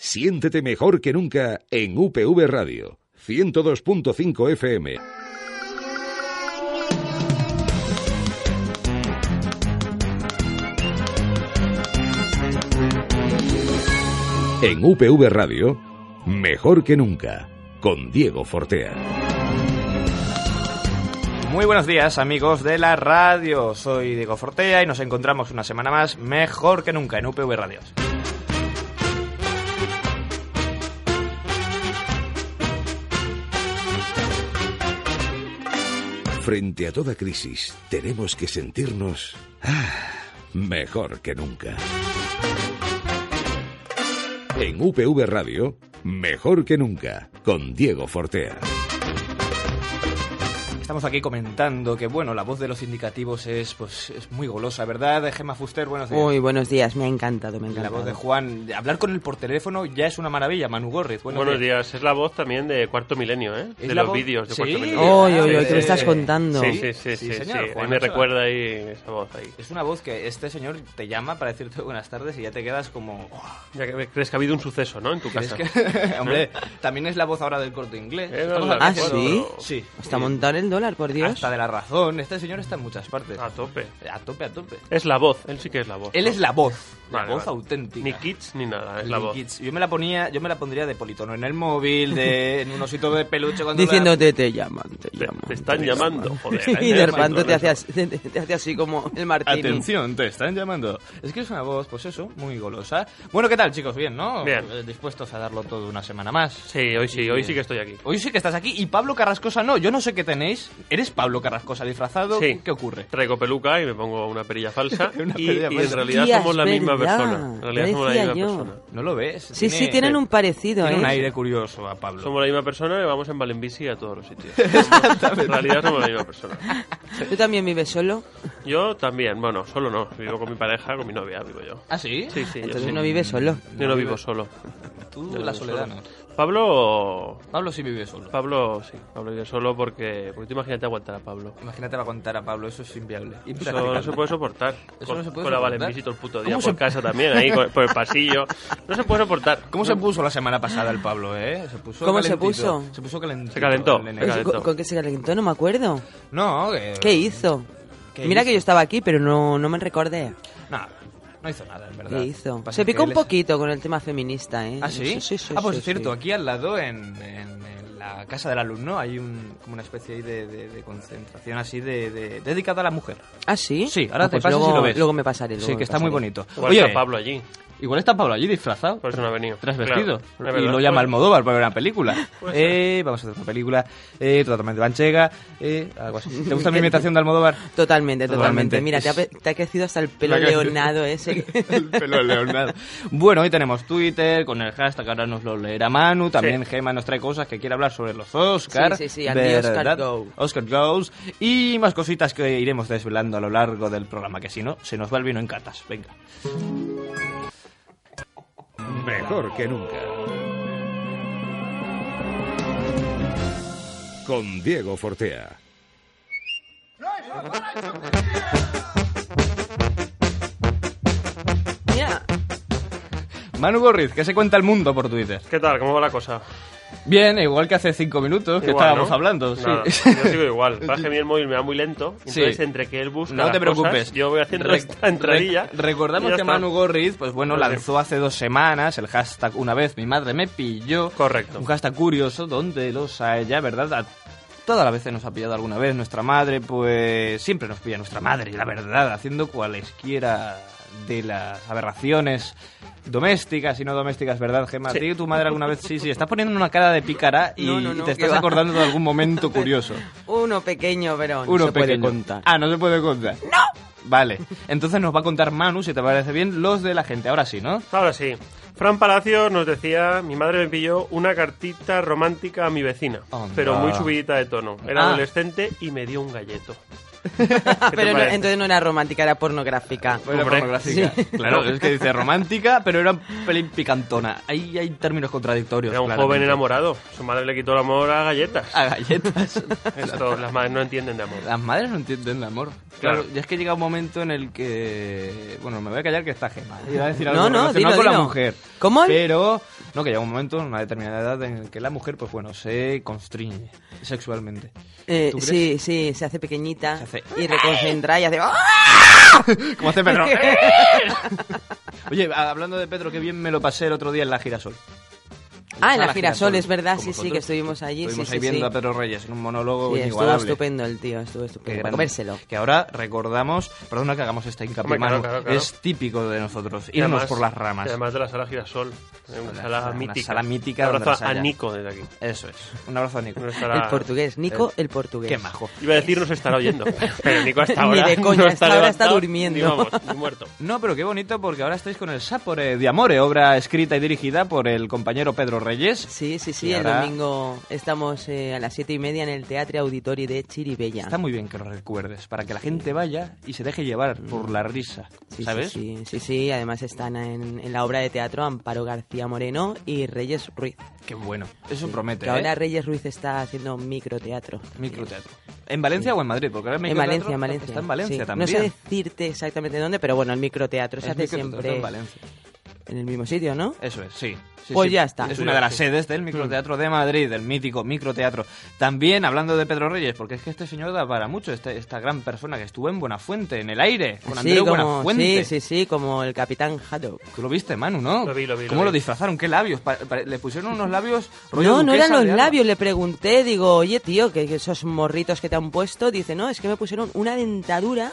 Siéntete mejor que nunca en UPV Radio 102.5 FM. En UPV Radio, mejor que nunca, con Diego Fortea. Muy buenos días amigos de la radio, soy Diego Fortea y nos encontramos una semana más mejor que nunca en UPV Radios. Frente a toda crisis, tenemos que sentirnos ah, mejor que nunca. En UPV Radio, mejor que nunca, con Diego Fortea. Estamos aquí comentando que, bueno, la voz de los indicativos es, pues, es muy golosa, ¿verdad? Gema Fuster, buenos días. Muy buenos días, me ha encantado, me la ha encantado. voz de Juan. Hablar con él por teléfono ya es una maravilla, Manu Gorriz. Buenos, Buenos días, es la voz también de Cuarto Milenio, ¿eh? ¿Es De la los voz? vídeos de Sí. Cuarto Milenio. Oy, oy, oy, Sí, que me estás sí. contando. Sí, sí, Sí, sí, sí, señor, sí. Juan Me Ochoa. recuerda ahí esa voz ahí. Es una voz que este señor te llama para decirte buenas tardes y ya te quedas como... "Oh, Ya que crees que ha habido un suceso, ¿no? En tu ¿crees casa. que-" Hombre, también es la voz ahora del corte inglés. Eh, Estamos no, ¿Ah, hablando- sí? Sí. Hasta montar el dólar, por Dios. Hasta de la razón. Este señor está en muchas partes. A tope. A tope, a tope. Es la voz, él sí que es la voz. Él ¿no? es la voz, la Vale, voz vale. auténtica. Ni kits ni nada, es Ni la voz. kids. Yo me la ponía, yo me la pondría de politono en el móvil, de en un osito de peluche cuando la- Diciéndote, te llaman, te Te, llaman. te están te llamando, joder. llaman. Y eh, de repente te Manolo, hace, así, te, te hace así como el martini. Atención, te están llamando. Es que es una voz, pues eso, muy golosa. Bueno, ¿qué tal, chicos? Bien, ¿no? Bien. Eh, Dispuestos a darlo todo una semana más. Sí, hoy sí, hoy sí que estoy aquí. Hoy sí que estás aquí y Pablo Carrascosa no. Yo no sé qué tenéis. ¿Eres Pablo Carrascosa disfrazado? Sí. ¿Qué ocurre? Traigo peluca y me pongo una perilla falsa. Una y, perilla y falsa. en realidad Hostia, somos la es misma verdad, persona. En realidad lo somos la decía misma yo. persona. ¿No lo ves? Sí, Tiene- sí, tienen un parecido, Tiene un ¿eh? aire curioso a Pablo. Somos la misma persona y vamos en Valenbici a todos los sitios. en realidad somos la misma persona. ¿Tú también vives solo? Yo también, bueno, solo no. Vivo con mi pareja, con mi novia, vivo yo. ¿Ah, sí? Sí, sí, Entonces yo, no vives solo. yo no vivo solo. Tú, Yo no la vivo soledad, solo. no. Pablo. Pablo sí vive solo. Pablo, sí, Pablo vive solo porque. Porque tú imagínate aguantar a Pablo. Imagínate va a contar a Pablo, eso es inviable. Eso no se puede soportar. Eso con, no se puede con la soportar. Valenbici todo el puto día ¿Cómo por se- casa también, ahí con- por el pasillo. No se puede soportar. ¿Cómo se puso la semana pasada el Pablo, eh? Se puso ¿Cómo se calentito. puso? Se puso calentito. Se calentó. el nene. Se calentó. ¿Con, con qué se calentó? No me acuerdo. No, que- ¿Qué hizo? Eh, ¿Qué Mira hizo? que yo estaba aquí, pero no, no me recordé. Nada, no hizo nada, en verdad. ¿Qué hizo? Pasa Se que picó él un es- poquito con el tema feminista, ¿eh? ¿Ah, sí? Sí, sí, sí, Ah, pues sí, es cierto, sí. aquí al lado, en, en- en la casa del alumno, hay un, como una especie ahí de, de- de concentración así de, de- dedicada a la mujer. ¿Ah, sí? Sí, ahora Ah, te pues pasas luego, y lo ves. Luego me pasaré. Sí, luego me que está muy pasaré. bonito. Igual Oye, está Pablo allí. igual está Pablo allí disfrazado. Por eso no ha venido. Tras Claro, vestido. es y verdad. lo llama Pues- Almodóvar para ver una película. Puede ser. Eh, vamos a hacer una película. Eh, totalmente banchega. Eh, algo así. ¿Te gusta mi imitación de Almodóvar? Totalmente. Totalmente, totalmente. Mira, te ha, pe- te ha crecido hasta el pelo Me ha crecido. leonado ese. El pelo leonado. Bueno, hoy tenemos Twitter con el hashtag, ahora nos lo leerá Manu. También Gema nos trae cosas que quiere hablar sobre los Oscars. Sí, sí, sí, al día Oscar Go. Oscar Goes. Y más cositas que iremos desvelando a lo largo del programa, que si no, se nos va el vino en catas. Venga. Mejor que nunca. Con Diego Fortea. Mira, Manu Gorriz, ¿qué se cuenta el mundo por Twitter? ¿Qué tal? ¿Cómo va la cosa? Bien, igual que hace cinco minutos que Igual, estábamos ¿no? hablando. sí. Nada, yo sigo igual. Pasa que a mí el móvil me va muy lento. Sí. Entonces, entre que él busca. No te las cosas, preocupes. yo voy haciendo Re- esta entradilla. re- recordamos y ya que está. Manu Gorriz, pues bueno, Vale. lanzó hace dos semanas el hashtag Una vez mi madre me pilló. Correcto. Un hashtag curioso donde los a ella, ¿verdad? A- todas las veces nos ha pillado alguna vez nuestra madre, pues siempre nos pilla nuestra madre, la verdad, haciendo cualesquiera de las aberraciones domésticas y no domésticas, ¿verdad, Gemma? ¿Te tu madre alguna vez? Sí, sí, estás poniendo una cara de pícara y No, no, no, te que estás va. acordando de algún momento curioso. uno pequeño, pero no Uno se puede pequeño. contar. Ah, no se puede contar. ¡No! Vale. Entonces nos va a contar Manu, si te parece bien, los de la gente. Ahora sí, ¿no? Ahora sí. Fran Palacios nos decía, mi madre me pilló una cartita romántica a mi vecina, Anda. pero muy subidita de tono. Era Ah. adolescente y me dio un galleto. Pero no- parece? entonces no era romántica, era pornográfica. Era Hombre. pornográfica. Claro, es que dice romántica, pero era un pelín picantona. Ahí hay términos contradictorios. Era un claramente. joven enamorado. Su madre le quitó el amor a galletas. A galletas. Esto, las madres no entienden de amor. Las madres no entienden el amor. Claro, Claro. y es que llega un momento en el que. Bueno, me voy a callar que está gema. Iba a decir No, algo no, relacionado dilo, con la dilo. mujer. ¿Cómo? Pero. No, que llega un momento, en una determinada edad, en el que la mujer, pues bueno, se constriñe sexualmente. Eh, ¿Tú crees? sí, sí, se hace pequeñita Se hace- y reconcentra y hace... ¡Ah! Como este hace Pedro. Oye, a- hablando de Pedro, qué bien me lo pasé el otro día en la girasol. Ah, en A la girasol, es verdad, con sí, sí, vosotros. que estuvimos allí. Estuvimos sí, ahí sí, viendo sí. a Pedro Reyes en un monólogo Sí, estuvo inigualable. estupendo el tío, estuvo estupendo. Para grande. comérselo. Que ahora recordamos, perdona que hagamos esta hincapié, Hombre, claro, Manu, claro, claro. es típico de nosotros, Y irnos además- por las ramas. y además de la sala girasol. eh, Una Una sala sala- una mítica. sala mítica Un donde abrazo las a haya. Nico desde aquí. Eso es. Un abrazo a Nico. No El estará- portugués, Nico, el portugués. Qué majo. Iba a decir nos estará oyendo. Pero Nico hasta Ni ahora. de coña, no hasta ahora está levantado, durmiendo. Ni vamos, ni muerto. No, pero qué bonito porque ahora estáis con el Sapore de Amore, obra escrita y dirigida por el compañero Pedro Reyes. Sí, sí, sí, Y el ahora- domingo estamos eh, a las siete y media en el Teatro Auditori de Chiribella. Está muy bien que lo recuerdes, para que la gente vaya y se deje llevar por la risa, Sí, ¿sabes? Sí, sí, sí, sí, además están en, en la obra de teatro Amparo García Moreno y Reyes Ruiz. Qué bueno. Eso promete, Que ahora ¿eh? Reyes Ruiz está haciendo microteatro. Microteatro. ¿En Valencia o en Madrid? Porque ahora el En microteatro Valencia, en Valencia. Está en Valencia sí. también. No sé decirte exactamente dónde, pero bueno, el microteatro se Es hace microteatro siempre en Valencia. en el mismo sitio, ¿no? Eso es, sí. Sí, Pues sí. ya está. Es una de las sedes del Microteatro de Madrid, del mítico Microteatro. También hablando de Pedro Reyes, porque es que este señor da para mucho, este- esta gran persona que estuvo en Buenafuente, en el aire, con sí, Andreu como, Buenafuente. sí, sí, sí, como el Capitán Haddock. Tú lo viste, Manu, ¿no? Lo vi, lo vi, lo ¿Cómo lo, vi. disfrazaron? ¿Qué labios? Pa- pa- le pusieron unos labios rollo No, no duquesa eran los de Alba. labios, le pregunté, digo, oye tío, que que esos morritos que te han puesto, dice, no, es que me pusieron una dentadura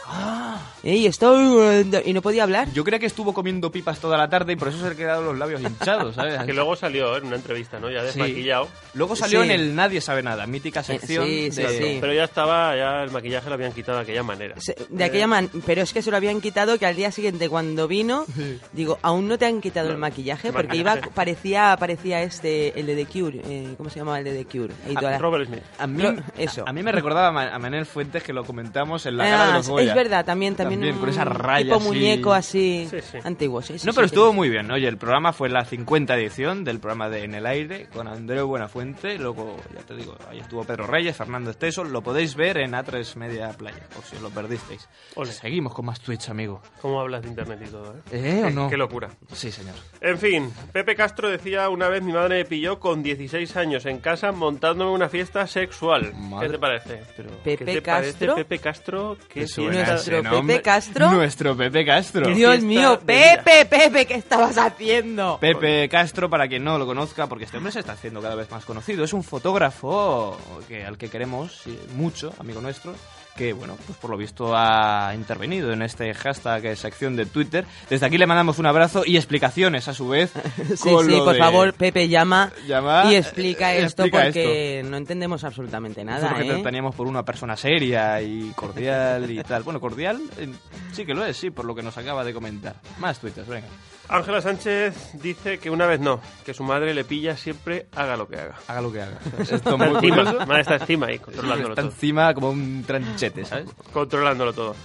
eh, y estoy... y no podía hablar. Yo creía que estuvo comiendo pipas toda la tarde y por eso se le quedaron los labios hinchados, ¿sabes? Que luego salió en una entrevista, ¿no? Ya Sí. desmaquillado. Luego salió Sí. Eh, en el Nadie sabe nada, mítica sección sí, sí, de- sí. Pero ya estaba, ya el maquillaje lo habían quitado de aquella manera. Se- de Eh. aquella man pero es que se lo habían quitado que al día siguiente cuando vino digo aún no te han quitado el maquillaje porque iba parecía parecía este el de The Cure eh, cómo se llamaba el de The Cure Ahí toda la- Robert Smith. Ah, A mí, Lo- eso. A, a mí me recordaba a Ma- a Manel Fuentes que lo comentamos en la Ah, gala de los Goya. es verdad también también, un con esa raya tipo así. muñeco así Sí, sí. antiguo sí, sí, No, sí, pero sí. estuvo muy bien. Oye, el programa fue la 50 edición del programa de En el Aire con Andreu Buenafuente. Luego, ya te digo, ahí estuvo Pedro Reyes, Fernando Esteso. Lo podéis ver en A3 Media Playa, por si os lo perdisteis. Ole. Seguimos con más Twitch, amigo. ¿Cómo hablas de internet y todo, eh? ¿Eh o no? Qué locura. Sí, señor. En fin, Pepe Castro decía una vez mi madre me pilló con 16 años en casa montándome una fiesta sexual. Madre- ¿Qué te parece? Pero... ¿Qué Pepe te Castro. parece Pepe Castro? ¿Qué ¿Qué suena fiesta- nuestro ese Pepe nombre? Castro. Nuestro Pepe Castro. Dios fiesta mío de vida. Pepe Pepe qué estabas haciendo Pepe Castro, para quien no lo conozca, porque este hombre se está haciendo cada vez más conocido, es un fotógrafo que, al que queremos sí, mucho, amigo nuestro, que, bueno, pues por lo visto ha intervenido en este hashtag eh, sección de Twitter. Desde aquí le mandamos un abrazo y explicaciones, a su vez. Sí, con sí, lo por de- favor, Pepe, llama, Llama, y explica eh, esto explica porque no entendemos absolutamente nada. Nosotros que ¿eh? te teníamos por una persona seria y cordial y tal. Bueno, cordial eh, sí que lo es, sí, por lo que nos acaba de comentar. Más twitters, venga. Ángela Sánchez dice que una vez no, que su madre le pilla siempre haga lo que haga. Haga lo que haga. Esto es Está muy encima, curioso. madre está encima ahí, controlándolo Está todo. encima como un tranchete, ¿sabes? Controlándolo todo.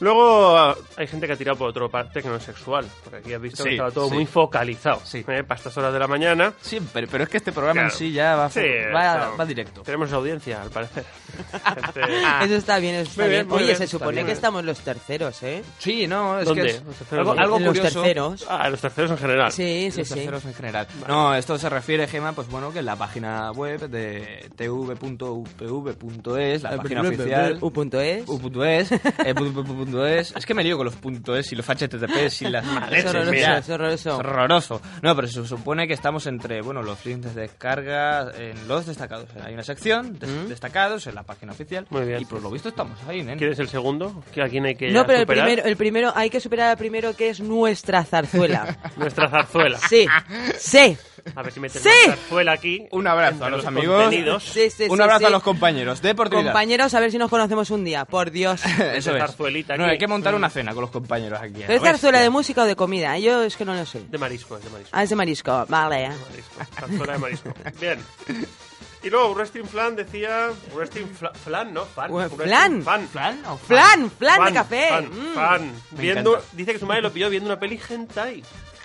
Luego ah, hay gente que ha tirado por otra parte que no es sexual, porque aquí has visto Sí, que estaba todo sí. muy focalizado. Sí. ¿eh? Para estas horas de la mañana. Siempre, pero es que este programa Claro. en sí ya va, Sí, va, está- va directo. Tenemos audiencia, al parecer. Este- Eso está bien, eso está Muy bien, bien. muy Oye, bien, se está supone bien. que estamos los terceros, ¿eh? Sí, no, es ¿Dónde? que es Los terceros, algo, ¿no? algo los curioso. terceros. Ah, los terceros en general. Sí, sí, Los sí. terceros en general. No, esto se refiere, Gema, pues bueno, que en la página web de tv.upv.es, la página oficial... U.es. U.es, eh, pu- pu- pu- .es. es que me lío con los punto .es y los https y las Es maleches, horroroso, mira. es horroroso. Es horroroso. No, pero se supone que estamos entre, bueno, los links de descarga en los destacados. Hay una sección, des- destacados, en la página oficial. Muy bien. Y por lo visto estamos ahí, nene. ¿Quién es el segundo? ¿Que ¿A quién hay que No, pero el superar? primero, el primero, hay que superar al primero que es nuestra zarzuela. Nuestra zarzuela. Sí, sí. A ver si meten Sí. la zarzuela aquí. Un abrazo entre a los amigos. contenidos. Sí, sí, Un sí, abrazo sí. a los compañeros. De oportunidad. Compañeros, a ver si nos conocemos un día, por Dios. Eso es. zarzuelita No, aquí. hay que montar una cena con los compañeros aquí. ¿eh? ¿Pero es zarzuela de música o de comida? Yo es que no lo sé. De marisco, es de marisco. Ah, es de marisco, vale. Marisco, zarzuela de marisco. Bien. Y luego, Wrestling Flan decía. Wrestling Fla- Flan, ¿no? Fan. Ue, Wrestling flan. Fan. ¿Plan o Flan, flan Fan, de café. Fan. Mm. fan. Me Viendo, encanta. dice que su madre lo pilló viendo una peli hentai.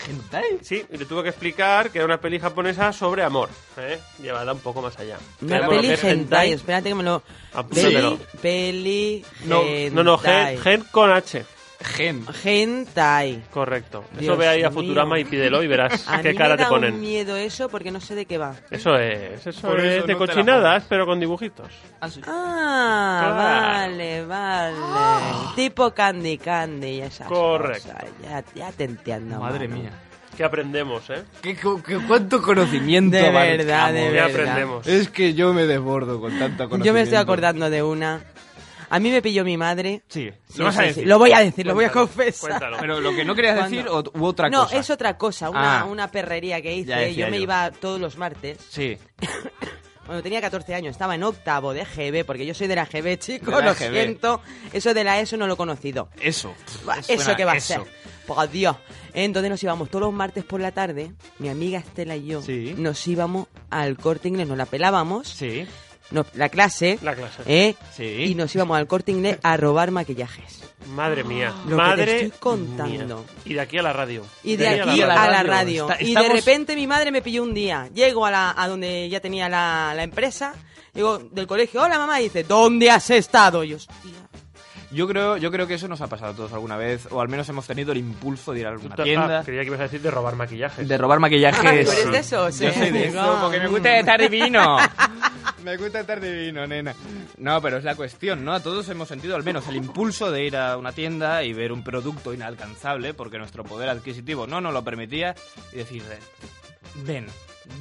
¿Hentai? Sí, y le tuvo que explicar que era una peli japonesa sobre amor. ¿eh? Llevada un poco más allá. Una Tenemos lo peli que hentai. es espérate que me lo... Apúntamelo. Peli, peli, No, no, no, hentai. gen, gen con H. Gen. Hentai. Correcto. eso Dios ve ahí a mío. Futurama y pídelo y verás A Ah, qué mí cara me te da ponen. un miedo eso porque no sé de qué va. Eso es, eso Por es eso de no te la cochinadas, pero con dibujitos. Ah, vale, Claro. vale. Tipo Candy Candy y esas Correcto. cosas. Ya, ya te entiendo. Madre mano. mía. ¿Qué aprendemos, eh? ¿Qué, cu- qué- cuánto conocimiento De abarcamos? verdad, de ¿Qué verdad. aprendemos? Es que yo me desbordo con tanta conocimiento. Yo me estoy acordando de una. A mí me pilló mi madre. Sí, Sí, lo vas a sí, decir. sí, Lo voy a decir, lo voy a Cuéntalo, confesar. cuéntalo. Pero lo que no querías ¿Cuándo? decir o, u otra no, cosa. es otra cosa, una, Ah. una perrería que Ya hice. decía Yo me yo. iba todos los martes. Sí. Cuando tenía 14 años, estaba en octavo de GB, porque yo soy de la GB, chicos, De la lo GB. siento. Eso de la E, ESO no lo he conocido. Eso. Buah, Eso que va a ser. Por Dios. Entonces nos íbamos todos los martes por la tarde, mi amiga Estela y yo, Sí. nos íbamos al corte inglés, nos la pelábamos, Sí. nos- la clase, La clase. ¿eh? Sí. y nos íbamos al corte inglés a robar maquillajes. Madre mía. Lo que te Madre estoy contando. mía. Y de aquí a la radio. Y de aquí a la, radio. Está- y de estamos- repente mi madre me pilló un día. Llego a, la, a donde ya tenía la, la empresa, digo del colegio, hola mamá, y dice, ¿dónde has estado? Y yo, hostia. Yo creo, yo creo que eso nos ha pasado a todos alguna vez, o al menos hemos tenido el impulso de ir a alguna Ah, tienda, creía que ibas a decir de robar maquillajes. de robar maquillajes. Ay, tú eres Ah, de esos, Yo eh. soy de eso, Venga. porque me gusta estar divino. me gusta estar divino, nena. No, pero es la cuestión, ¿no? Todos hemos sentido al menos el impulso de ir a una tienda y ver un producto inalcanzable, porque nuestro poder adquisitivo no nos lo permitía, y decir, ven,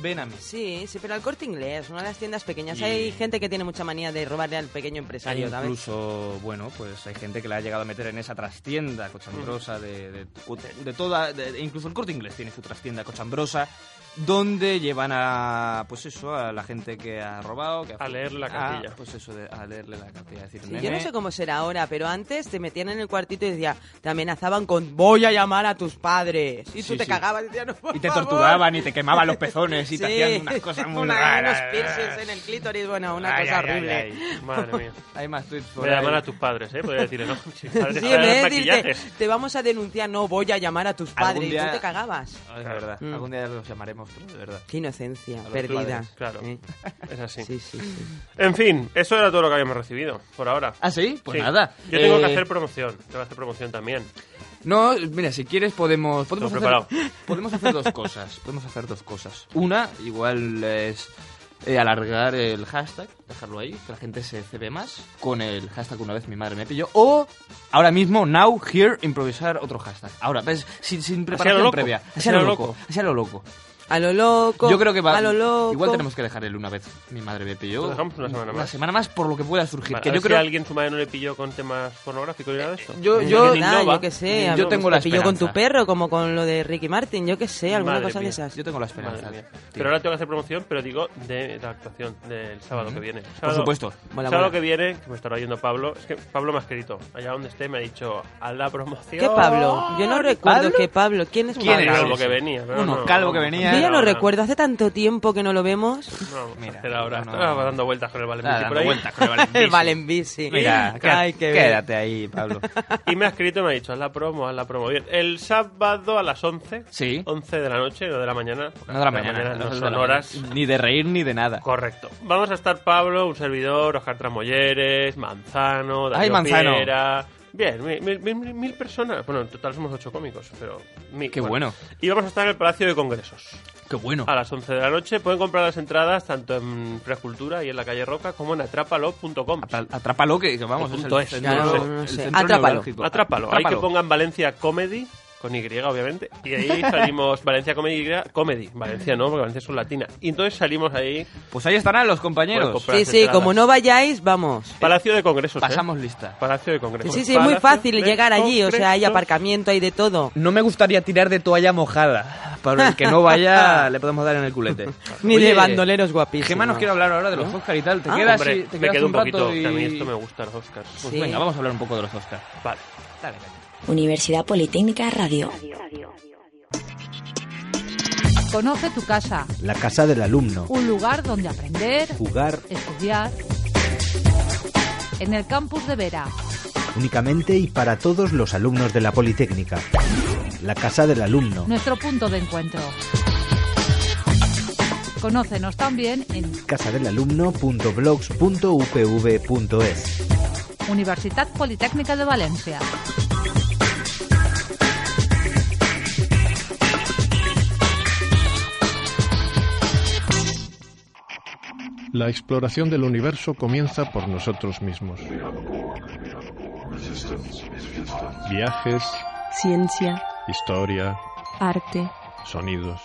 ven a mí. Sí, sí, pero al corte inglés, una de las tiendas pequeñas. Y- Hay gente que tiene mucha manía de robarle al pequeño Hay empresario, ¿sabes? incluso, bueno, pues hay gente que la ha llegado a meter en esa trastienda cochambrosa de, de, de toda, de- de- incluso el Corte Inglés tiene su trastienda cochambrosa, donde llevan a, pues eso, a la gente que ha robado, que ha- A leerle la cartilla. pues eso, de- a leerle la cartilla, decir, Sí, "Nene, yo no sé cómo será ahora, pero antes te metían en el cuartito y decía, te amenazaban con voy a llamar a tus padres. Y tú Sí, te sí. cagabas y decías, "No, por y te favor". torturaban y te quemaban los pezones y te Sí, hacían unas cosas muy una- raras. Unos eh. piercings en el clítoris, bueno, una Ay, cosa ay, ay, horrible. ay. Madre mía. Hay más tweets por Voy a llamar ahí. a tus padres, ¿eh? Podría decirle, no. Sí, Sí, padres, en vez de los decirte, maquillajes. te vamos a denunciar, no voy a llamar a tus Algún padres. Y día- tú te cagabas. Ay, de verdad, Mm. algún día los llamaremos, pero de verdad. Qué inocencia, los perdida. padres, claro. ¿eh? Es así. Sí, sí, sí. En fin, eso era todo lo que habíamos recibido por ahora. ¿Ah, sí? Pues Sí. nada. Yo tengo que Eh, hacer promoción. Tengo que hacer promoción también. No, mira, si quieres podemos podemos Todo hacer, podemos hacer dos cosas. Podemos hacer dos cosas. Una, igual es eh, alargar el hashtag, dejarlo ahí, que la gente se cebe más con el hashtag una vez mi madre me pilló. O ahora mismo, now, here, improvisar otro hashtag. Ahora, pues, sin, sin preparación loco. previa. Así a Hacia lo lo loco. loco. Hacia lo loco. A lo loco. Yo creo que va. A lo loco. Igual tenemos que dejar el una vez mi madre me pilló. Lo dejamos una semana más. más por lo que pueda surgir. Vale, que a yo ver si creo. a alguien su madre no le pilló con temas pornográficos ni nada de esto. Yo, Es yo, verdad, innova. yo qué sé, Yo a lo tengo mejor la te pilló con tu esperanza. perro, como con lo de Ricky Martin, yo qué sé, alguna Madre cosa mía. de esas. yo tengo la esperanza. Madre mía. tío. Pero ahora tengo que hacer promoción, pero digo de la actuación del sábado que viene. Por Sábado- supuesto. Mola, sábado mola. que viene, que me estará oyendo Pablo, es que Pablo me ha escrito, allá donde esté me ha dicho a la promoción. ¿Qué Pablo? Yo no recuerdo ¿Pablo? que Pablo. ¿Quién es ¿Quién Un Pablo? es? calvo ese? que venía. pero Uno no, calvo no, que venía. Yo ya no ahora. recuerdo, hace tanto tiempo que no lo vemos. No, vamos a Mira, hacer ahora. no, no. Estaba dando vueltas con el Valen Está Bici dando por ahí. vueltas con el Valentín. El Valen Bici. Mira, Ay, qué- qué bien. quédate ahí, Pablo. Y me ha escrito y me ha dicho, haz la promo, haz la promo. Bien, el sábado a las 11. Sí. 11 de la noche, no de la mañana. porque No de la mañana. no no de son la horas. mañana. Ni de reír ni de nada. Correcto. Vamos a estar Pablo, un servidor, Oscar Tramolleres, Manzano, Darío Ay, Manzano. Piera. Bien, mi- mi- mi- mil, personas. Bueno, en total somos ocho cómicos, pero... mil, Qué bueno. Oh. Y vamos a estar en el Palacio de Congresos Qué bueno. a las 11 de la noche. Pueden comprar las entradas tanto en Frescultura y en la calle Roca como en atrápalo.com. Atra- Atrápalo, que, que vamos, Punto es, centro- no lo sé. el No sé. centro Atrápalo. neurálgico. Atrápalo. Hay que pongan Valencia Comedy con Y, obviamente. Y ahí salimos Valencia Comedy, Comedy. Valencia no, porque Valencia es un latina. Y entonces salimos ahí, Pues ahí estarán los Bueno, compañeros. pues, Sí, las sí, entradas. como no vayáis, vamos. Palacio de Congresos. ¿eh? Pasamos lista. Palacio de Congresos. Sí, sí, es muy Palacio fácil de llegar allí, o sea, hay Congresos. aparcamiento, hay de todo. No me gustaría tirar de toalla mojada. Para el que no vaya, le podemos dar en el culete. Ni Oye, de bandoleros guapísimos. Gemma nos quiere hablar ahora de los Oscar y tal. Te Ah, quedas, Hombre, y- te me quedas quedo un poquito, rato y... que a mí esto me gusta, los Oscars. Pues Sí. venga, vamos a hablar un poco de los Oscar. Vale. Universidad Politécnica Radio. Conoce tu casa, La casa del alumno. un lugar donde aprender, Jugar estudiar. En el campus de Vera, únicamente y para todos los alumnos de la Politécnica. La casa del alumno. nuestro punto de encuentro. Conócenos también en casadelalumno.blogs.upv.es. Universidad Politécnica de Valencia. La exploración del universo comienza por nosotros mismos. Viajes, Ciencia, historia, arte. sonidos.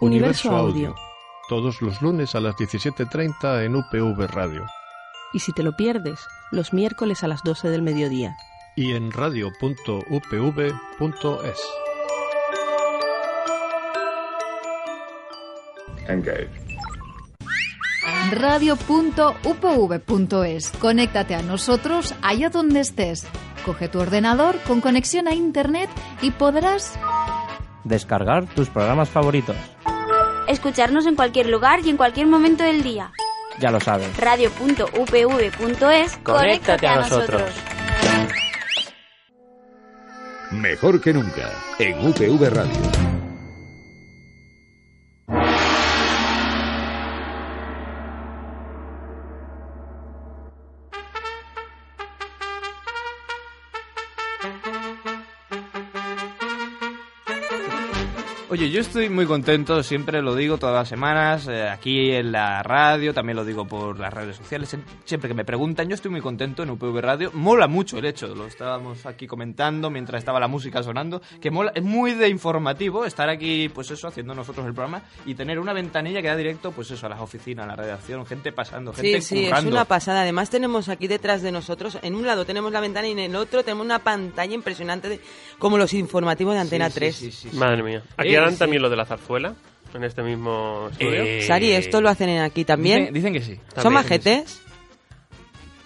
Universo Audio. Todos los lunes a las 17.30 en UPV Radio Y si te lo pierdes, los miércoles a las 12 del mediodía. y en radio.upv.es. Radio.upv.es. Conéctate a nosotros allá donde estés. Coge tu ordenador con conexión a Internet y podrás... Descargar tus programas favoritos. Escucharnos en cualquier lugar y en cualquier momento del día. Ya lo sabes. Radio.upv.es. Conéctate a nosotros. Mejor que nunca en UPV Radio. Oye, yo estoy muy contento, siempre lo digo todas las semanas, eh, aquí en la radio, también lo digo por las redes sociales, siem- siempre que me preguntan, yo estoy muy contento en UPV Radio, mola mucho el hecho, lo estábamos aquí comentando mientras estaba la música sonando, que mola, es muy de informativo estar aquí, pues eso, haciendo nosotros el programa y tener una ventanilla que da directo, pues eso, a las oficinas, a la redacción, gente pasando, gente Sí, sí, es currando. una pasada. Además tenemos aquí detrás de nosotros, en un lado tenemos la ventana y en el otro tenemos una pantalla impresionante de- como los informativos de Antena Sí, sí, 3. sí, sí, sí. Madre mía. Aquí Eh, harán sí. también lo de la zarzuela, en este mismo estudio. Eh, Sari, esto lo hacen en aquí también. Dicen, dicen que sí. ¿Son También, majetes?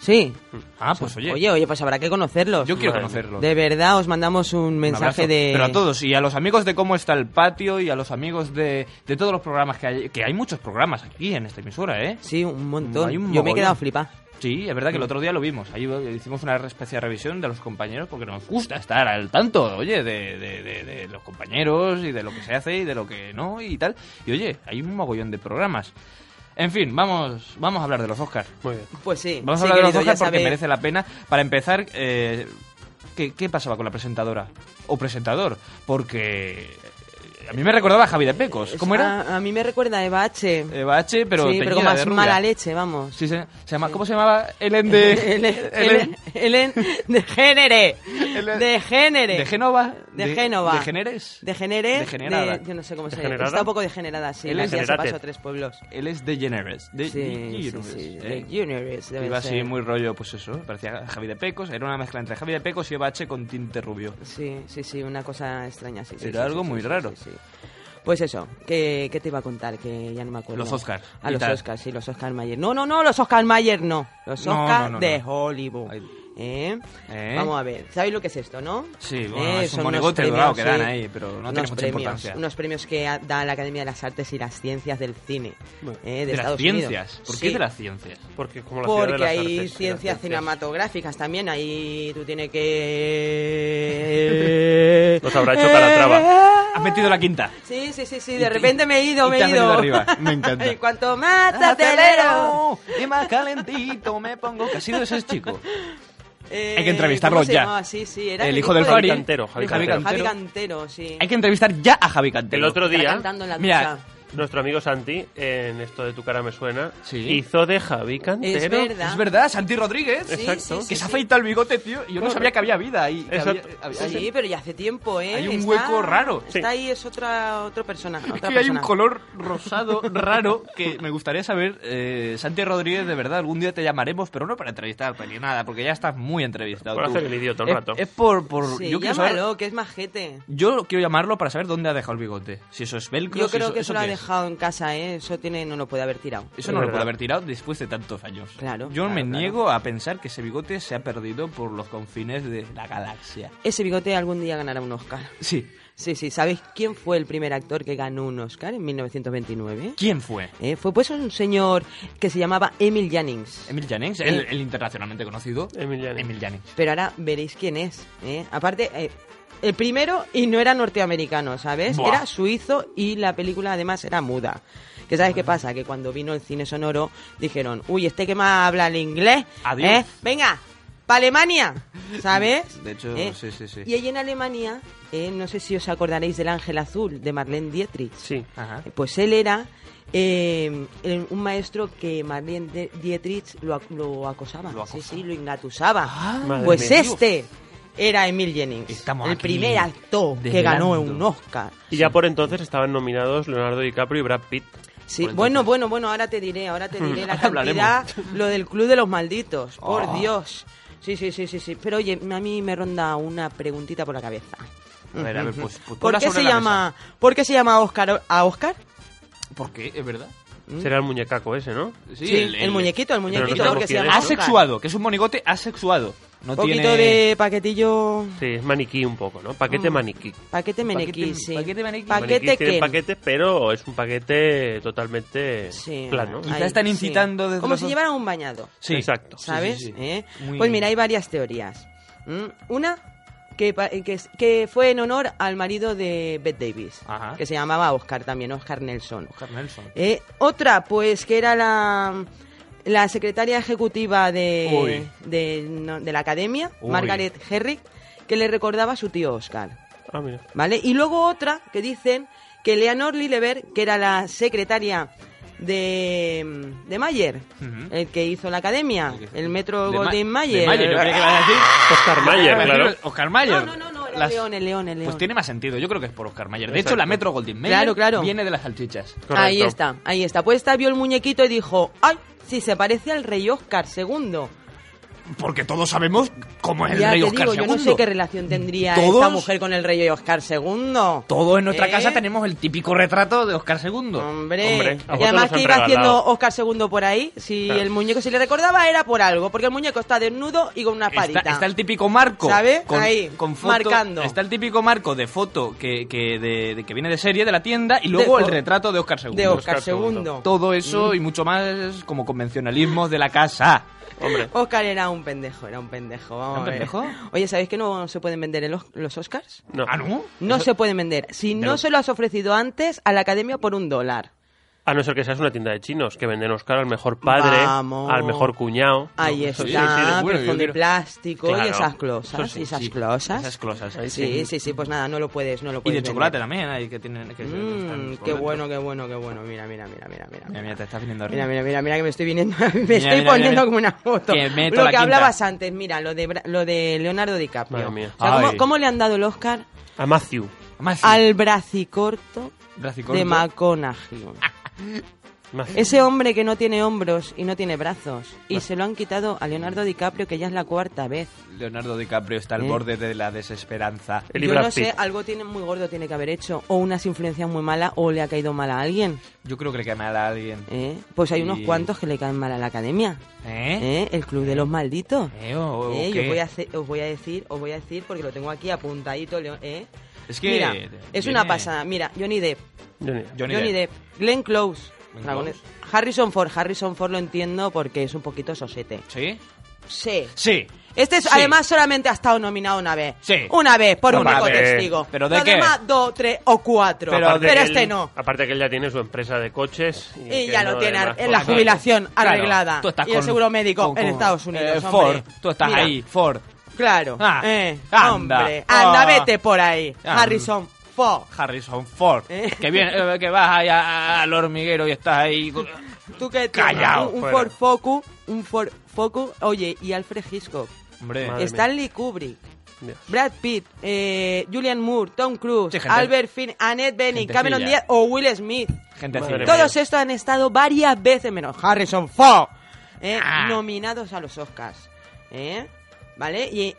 Sí. Ah, pues oye, Oye, oye, pues habrá que conocerlos. yo quiero Madre mía. conocerlo. De verdad, os mandamos un Un mensaje abrazo. de... Pero a todos, y a los amigos de Cómo está el patio, y a los amigos de, de todos los programas que hay, que hay muchos programas aquí en esta emisora, ¿eh? Sí, un montón. Hay un Yo me he mogollón. quedado flipa. Sí, es Mm. verdad que el otro día lo vimos. Ahí hicimos una especie de revisión de los compañeros porque nos gusta estar al tanto, oye, de, de- de- de los compañeros y de lo que se hace y de lo que no y tal. Y oye, hay un mogollón de programas. En fin, vamos, vamos a hablar de los Oscars. Muy bien. Pues sí. Vamos a sí, hablar de los querido, ya Oscars porque sabéis. merece la pena. Para empezar, eh, ¿qué, qué pasaba con la presentadora? O presentador. Porque eh, a mí me recordaba a Javi de Pecos. ¿Cómo era? A, a mí me recuerda a Eva H. Eva H, pero Ah. sí, pero teñida con de más rubia. mala leche, vamos. Sí, se, se llama, ¿Cómo se llamaba? Ellen de... Elen- Ellen- Elen- Elen- de génere. Elen- De génere. ¿De Génova? De Génova. ¿De Géneres? De génere. Degenerada. de- yo no sé cómo se llama. Degenerada. Está un poco degenerada, sí. Elen- Las ya se Degenerate. pasó a tres pueblos. Él es de Generes. De, Sí, de sí, Generes, sí, ¿eh? de Generes, debe Iba así ser. muy rollo, pues eso, parecía Javi de Pecos, era una mezcla entre Javi de Pecos y Eva H con tinte rubio. Sí, sí, sí, una cosa extraña, sí. sí, Era sí, algo sí, muy sí, raro. sí, sí. Pues eso, ¿qué, qué te iba a contar? Que ya no me acuerdo. Los Oscar, A y los tal. Oscars, sí, los Oscar Mayer. No, no, no, los Oscar Mayer no. Los No, Oscar no, no, no. de Hollywood. Ay. ¿Eh? ¿Eh? Vamos a ver, ¿sabéis lo que es esto, no? Eh, Sí, bueno, es un son unos monigote dorado que premios, dan sí, ahí, pero no unos tiene mucha premios, importancia. Unos premios que ha- da la Academia de las Artes y las Ciencias del Cine eh, de de, las Estados ciencias. Unidos. ¿Por qué Sí. de las ciencias? Porque, como la ciudad de Porque las hay artes y las ciencias cinematográficas también, ahí tú tienes que... Eh, Nos habrá hecho Calatrava. Has metido la quinta. Sí, sí, sí, sí, Y te- de repente me he ido, y me te he has ido. venido arriba, me encanta. y cuanto más acelero. Y más calentito me pongo. ¿Qué ha sido ese chico? Eh, Hay que entrevistarlo ¿cómo se ya. llamaba? Sí, sí, era El el hijo del Javi Fari. Cantero, Javi Javi Cantero. Cantero, sí. Hay que entrevistar ya a Javi El Cantero. otro Estará día, cantando en la ducha. Mira, nuestro amigo Santi, en esto de tu cara me suena, hizo de Javi Cantero. Es verdad. Es verdad, Santi Rodríguez. Sí, Exacto. sí, que sí, se afeita el bigote, tío. Y yo no Correcto. sabía que había vida ahí. que Exacto. había- había- Ah, Sí, hay- pero ya hace tiempo, ¿eh? Hay un Está- hueco raro. Está ahí, es otra, otra persona. Es otra que hay un persona. color rosado raro que me gustaría saber, eh, Santi Rodríguez, de verdad, algún día te llamaremos, pero no para entrevistarte ni nada, porque ya estás muy entrevistado. Por tú. hacer el idiota un Es- rato. Es, por... por Sí, yo, quiero saber- llámalo, que es majete. yo quiero llamarlo para saber dónde ha dejado el bigote. Si eso es velcro, Yo si creo eso, que eso eso lo ha qué es. dejado en casa, ¿eh? Eso tiene, no lo puede haber tirado. Eso no lo puede haber tirado después de tantos años. Claro, Yo claro, me claro. niego a pensar que ese bigote se ha perdido por los confines de la galaxia. Ese bigote algún día ganará un Oscar. Sí. Sí, sí. ¿Sabéis quién fue el primer actor que ganó un Oscar en 1929? ¿Quién fue? Eh, fue pues un señor que se llamaba Emil Jannings. Emil Jannings, Sí. el, el internacionalmente conocido. Emil Jannings. Emil Jannings. Pero ahora veréis quién es. ¿eh? Aparte, eh, el primero y no era norteamericano, ¿sabes? Buah. Era suizo y la película además era muda. Que sabes qué pasa, que cuando vino el cine sonoro dijeron, uy, este que más habla el inglés, Adiós. ¿eh? venga, para Alemania, ¿sabes? De hecho, Eh, sí, sí, sí. Y ahí en Alemania, eh, no sé si os acordaréis del Ángel Azul de Marlene Dietrich. Sí. Ajá. Pues él era eh, el- un maestro que Marlene de- Dietrich lo, ac- lo acosaba. Lo Ah. Sí, sí, lo ingatusaba. madre pues mía. este era Emil Jennings. Estamos el aquí primer actor que desvelando. ganó un Oscar. Y ya por entonces estaban nominados Leonardo DiCaprio y Brad Pitt. Sí, bueno, bueno, bueno, ahora te diré, ahora te diré la Ahora cantidad, lo del Club de los Malditos, por Dios. Sí, sí, sí, sí, sí. Pero oye, a mí me ronda una preguntita por la cabeza. A ver, a ver, pues... pues ¿Por ponla qué sobre se la llama, ¿por qué se llama Oscar a Oscar? mesa. ¿Por qué? ¿Es verdad? Será el muñecaco ese, ¿no? Mm. Sí, el, muñequito, el no muñequito, sabemos porque se quién llama es, ¿no? Oscar. Asexuado, que es un monigote asexuado. No Un poquito tiene... de paquetillo, Sí, es maniquí un poco, ¿no? Paquete maniquí. paquete menequí, Paquete- sí. Mm. paquete menequí. Maniquís Paquete tienen Ken. paquetes, pero es un paquete totalmente Sí, plano. ahí, Quizá están sí. incitando desde Como los- si llevaran un bañado. Sí. Exacto. Sí, ¿sabes? sí, sí. ¿Eh? Muy Pues bien. mira, hay varias teorías. ¿Mm? Una, que, pa- eh, que, es- que fue en honor al marido de Bette Davis, Ajá. que se llamaba Oscar también, Oscar Nelson. Oscar Nelson. Eh, otra, pues, que era la, la secretaria ejecutiva de, de, no, de la academia, Uy. Margaret Herrick, que le recordaba a su tío Oscar. Ah, mira. ¿vale? Y luego otra que dicen que Leonor Lillever, que era la secretaria de, de Mayer, Ujú. el que hizo la academia, el metro De Ma- Goldwyn de Mayer. Mayer, yo creía que ibas a decir... Oscar Mayer, Iba a claro. decir Ah, Oscar Mayer. No, no, no, no, era Las- León, el León, el León. Pues tiene más sentido, yo creo que es por Oscar Mayer. De Exacto. hecho, la Metro Goldwyn Mayer Claro, claro. viene de las salchichas. Correcto. Ahí está, ahí está. Pues esta vio el muñequito y dijo, ¡ay! Si se parece al rey Oscar II. Porque todos sabemos cómo es el ya rey te Oscar digo, yo no II. sé qué relación tendría Todos- esta mujer con el rey Oscar II. Todos en nuestra ¿Eh? casa tenemos el típico retrato de Oscar II. Hombre, Hombre, a vosotros y además os han que iba haciendo regalado. Oscar II por ahí, si Claro. el muñeco se le recordaba era por algo, porque el muñeco está desnudo y con una Está, farita. está el típico marco. ¿Sabe? Con, Ahí, con foto- marcando. Está el típico marco de foto que, que, de, de- que viene de serie, de la tienda, y luego De- el retrato de Oscar II. de Oscar, Oscar II. II. Todo eso y mucho más como convencionalismo de la casa. Hombre. Oscar era un pendejo, era un pendejo. Vamos ¿Era un a ver. pendejo? Oye, ¿sabéis que no se pueden vender el Os- los Oscars? No. ¿Ah, no? No se pueden vender. Si no lo- se lo has ofrecido antes a la academia por un dólar. A no ser que seas una tienda de chinos, que venden Oscar al mejor padre, Vamos. al mejor cuñado. Ahí está, Eso sí, sí, de- bueno, yo pezón de quiero- plástico y Claro. esas Eso cosas. sí, y esas sí. cosas. Esas closas. ahí Sí, sí, sí, pues nada, no lo puedes, no lo Y puedes. de chocolate vender. también, ahí que tienen. Que Mm, qué bueno, qué bueno, qué bueno. Mira, mira, mira, mira, mira. Mira, mira, te estás viniendo arriba. Mira, mira, mira, mira que me estoy viniendo, me mira, estoy mira, poniendo mira. como una foto. Que meto lo la que quinta. hablabas antes, mira, lo de Bra- lo de Leonardo DiCaprio. Madre mía. O sea, ¿cómo, Ay. cómo le han dado el Oscar A Matthew. Más al bracicorto bracicorto. de McConaughey? Ah. Matthew. Ese hombre que no tiene hombros y no tiene brazos Ah. y se lo han quitado a Leonardo DiCaprio que ya es la cuarta vez. Leonardo DiCaprio está al ¿Eh? borde de la desesperanza. El Yo Brad no sé, Pitt. algo tiene muy gordo tiene que haber hecho o unas influencias muy malas o le ha caído mal a alguien. Yo creo que le cae mal a alguien. ¿eh? Pues hay unos Y- cuantos que le caen mal a la academia. ¿Eh? ¿eh? El club de los malditos. ¿Eh? ¿O- o Eh, qué? yo voy a hacer- os voy a decir, os voy a decir porque lo tengo aquí apuntadito, Leo- ¿eh? Es que Mira, viene- es una pasada. Mira, Johnny Depp, Yo ni- Johnny, Johnny Depp. Depp, Glenn Close, Glenn Dragones- Harrison Ford, Harrison Ford lo entiendo porque es un poquito sosete. ¿Sí? Sí. Sí. Este es, Sí. además solamente ha estado nominado una vez. Sí. Una vez por un Una único vez. testigo. ¿Pero de Los qué? demás, dos, tres o cuatro. Pero, Aparte que este él- no. Aparte que él ya tiene su empresa de coches. Y, Y que ya no lo le tiene da ar- más en la cosas. jubilación Claro, arreglada. tú estás y el con- seguro médico con- en con- Estados Unidos. eh, Ford, hombre. tú estás Mira, ahí, Ford. Claro. Ah, eh, anda. hombre. Anda, Ah. vete por ahí. Ah. Harrison Ford. Harrison Ford. Que, viene, eh, que vas ahí a- a- al hormiguero y estás ahí. con- Tú que tienes Callao, un, un fuera. Ford Focus, un Ford Focus, oye, y Alfred Hitchcock. Hombre. Madre Stanley Kubrick. Dios. Brad Pitt, eh, Julian Moore, Tom Cruise, Sí, gente- Albert Finn, Annette Bening, Gentecilla. Cameron Díaz o Will Smith. Gentecilla. Madre Todos mía. estos han estado varias veces, menos Harrison Ford, eh, Ah. nominados a los Oscars. ¿eh? ¿Vale? ¿Y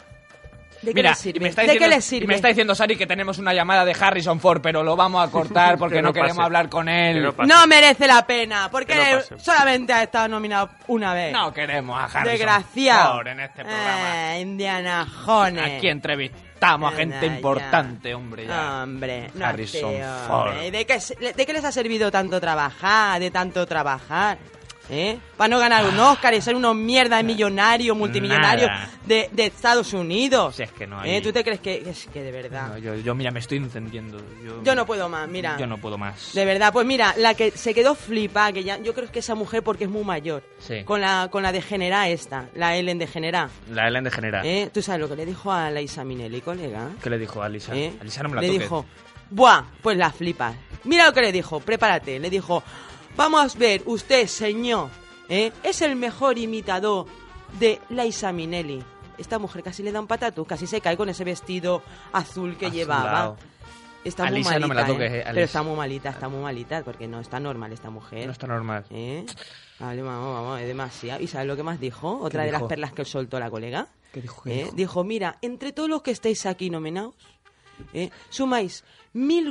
de qué Mira, les sirve? y me está ¿De diciendo, qué les y sirve? me está diciendo Sari que tenemos una llamada de Harrison Ford, pero lo vamos a cortar porque Que no, no queremos pase. hablar con él. No merece la pena, porque Que no pase. solamente ha estado nominado una vez. No queremos a Harrison Desgraciado. Ford en este programa. Indiana Jones. Aquí entrevistamos a gente Anda, Ah, importante, hombre. Ya. Hombre, no Harrison sé, Ford. hombre. ¿De qué, se- de qué les ha servido tanto trabajar, de tanto trabajar? ¿Eh? Para no ganar un Oscar y ser unos mierdas millonarios, multimillonarios Ah. Nada. de, de Estados Unidos. Si es que no ¿Eh? hay- ¿Tú te crees que es que de verdad? No, yo, yo, mira, me estoy encendiendo. Yo, Yo no puedo más, mira. Yo no puedo más. De verdad, pues mira, la que se quedó flipada, que ya, yo creo que esa mujer porque es muy mayor, Sí. con la con la degenerada esta, la Ellen degenerada. La Ellen de General. ¿Eh? ¿Tú sabes lo que le dijo a Laisa Minelli, colega? ¿Qué le dijo a Lisa? ¿Eh? A Lisa no me la le toques. dijo, buah, pues la flipas. Mira lo que le dijo, prepárate. Le dijo, vamos a ver, usted, señor, ¿eh? es el mejor imitador de Laisa Minelli. Esta mujer casi le da un patatú, casi se cae con ese vestido azul que llevaba. Está A muy Lisa malita, no me la toques, ¿eh? eh, a Pero Lisa. está muy malita, está muy malita, porque no está normal esta mujer. No está normal. ¿Eh? Vale, vamos, vamos, es demasiado. ¿Y sabes lo que más dijo? Otra ¿Qué de las dijo? perlas que soltó la colega. ¿Qué dijo? ¿Qué ¿Eh? dijo? Dijo, mira, entre todos los que estáis aquí nominados, ¿eh? sumáis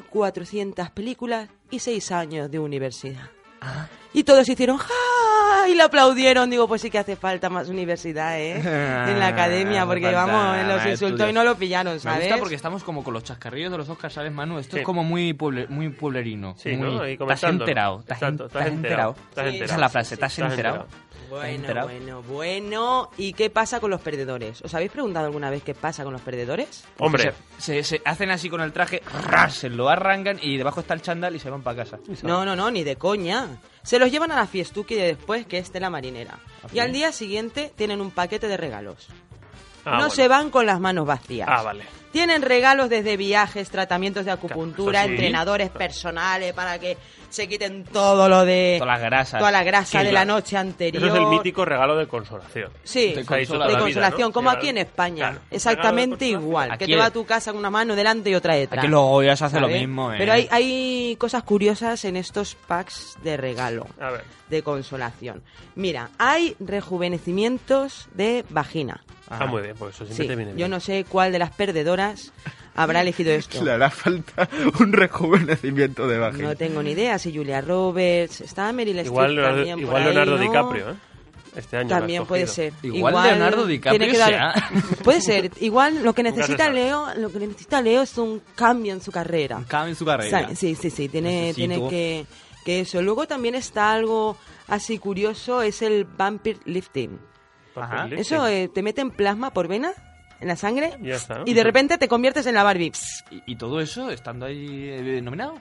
1.400 películas y 6 años de universidad. Ah. Y todos hicieron ¡ja! Y lo aplaudieron. Digo, pues sí que hace falta más universidad, ¿eh? En la academia, Hace porque falta vamos, eh, los más insultó estudios. y no lo pillaron, ¿sabes? Me gusta porque estamos como con los chascarrillos de los Oscars, ¿sabes, Manu? Esto es como muy, pueble- muy pueblerino. Sí, muy- ¿no? Y Estás comentándolo. enterado. Estás, Exacto, estás enterado. estás enterado. Esa es la frase, estás Estás enterado. Bueno, enterado? bueno, bueno. ¿Y qué pasa con los perdedores? ¿Os habéis preguntado alguna vez qué pasa con los perdedores? Hombre. Se, se hacen así con el traje, ras, se lo arrancan y debajo está el chándal y se van para casa. No, no, no, ni de coña. Se los llevan a la fiestuki de después, que es tela marinera. Y al día siguiente tienen un paquete de regalos. Ah, no bueno. se van con las manos vacías. Ah, vale. Tienen regalos desde viajes, tratamientos de acupuntura, Eso sí. entrenadores personales para que se quiten todo lo de... Todas las grasas. Toda la grasa Que de ya- la noche anterior. Eso es el mítico regalo de consolación. Sí, Se de, ha dicho toda la vida, consolación, ¿no? como Regalo- aquí en España. Claro. Exactamente igual. que Aquí te va es- a tu casa con una mano delante y otra detrás. Aquí los Goyas hacen lo ¿Sabes? mismo, ¿eh? Pero hay, hay cosas curiosas en estos packs de regalo. A ver. De consolación. Mira, hay rejuvenecimientos de vagina. Ah, muy bien, pues eso siempre Sí, te viene Yo bien. no sé cuál de las perdedoras habrá elegido esto. Le hará falta un rejuvenecimiento de baja. No tengo ni idea si Julia Roberts, está Meryl Streep Igual, Este también Leonardo, por igual ahí, Leonardo ¿no? DiCaprio, ¿eh? Este año. lo has También puede cogido. ser. Igual Leonardo DiCaprio tiene que dar- Puede ser. Igual lo que Nunca se necesita sabe. Leo, lo que necesita Leo es un cambio en su carrera. Un cambio en su carrera. Sí, sí, sí. Tiene, Necesito. tiene que, que eso. Luego también está algo así curioso, es el vampire lifting. Ajá. Eso eh, te meten plasma por vena en la sangre Ya está, ¿no? y de repente te conviertes en la Barbie. ¿Y, y todo eso estando ahí eh, nominado?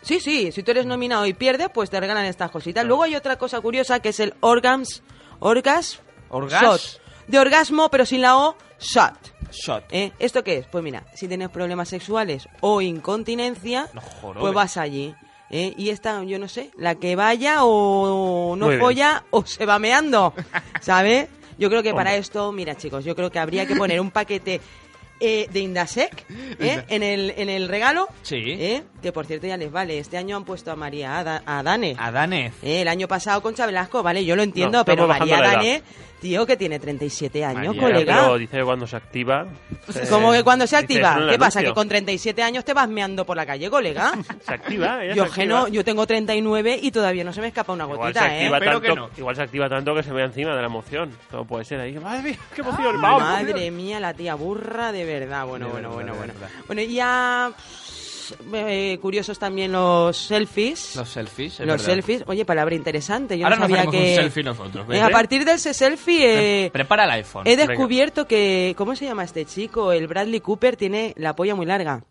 Sí, sí, si tú eres nominado y pierdes, pues te regalan estas cositas. Luego hay otra cosa curiosa que es el organs, orgas, Orgas. shot. De orgasmo, pero sin la O, shot. Shot. ¿Eh? ¿Esto qué es? Pues mira, si tienes problemas sexuales o incontinencia, jorobes. pues vas allí. ¿eh? Y esta, yo no sé, la que vaya o no Muy bien. folla o se va meando, ¿sabes? Yo creo que para Hombre. esto, mira chicos, yo creo que habría que poner un paquete eh, de Indasec ¿eh? en, el, en el regalo. Sí. ¿eh? Que por cierto ya les vale, este año han puesto a María Ada- Adane. Adane. Eh, el año pasado con Velasco, vale, yo lo entiendo, Ah. No, estamos pero bajando María la edad. Adane, tío, que tiene 37 años, María, colega. Pero dice que cuando se activa. eh, Como que cuando se dice, "Eso activa, no lo ¿qué pasa? anuncio". Que con 37 años te vas meando por la calle, colega. Se activa, ella Yo, se que no, activa. yo tengo 39 y todavía no se me escapa una Igual gotita, se, activa ¿eh? tanto, igual se activa tanto que se ve encima de la emoción. Todo puede ser ahí. Madre mía, qué emoción. vamos. Madre mía, la tía burra, de verdad. Bueno, De bueno, verdad, bueno, de bueno. verdad. Bueno, y ya pss, eh, curiosos también los selfies. Los selfies, es Los verdad. selfies, oye, palabra interesante. Yo Ahora no nos sabía haremos que. un selfie nosotros. Eh, ¿eh? a partir de ese selfie. eh, Pre- Prepara el iPhone. He Venga. descubierto que. ¿Cómo se llama este chico? El Bradley Cooper tiene la polla muy larga.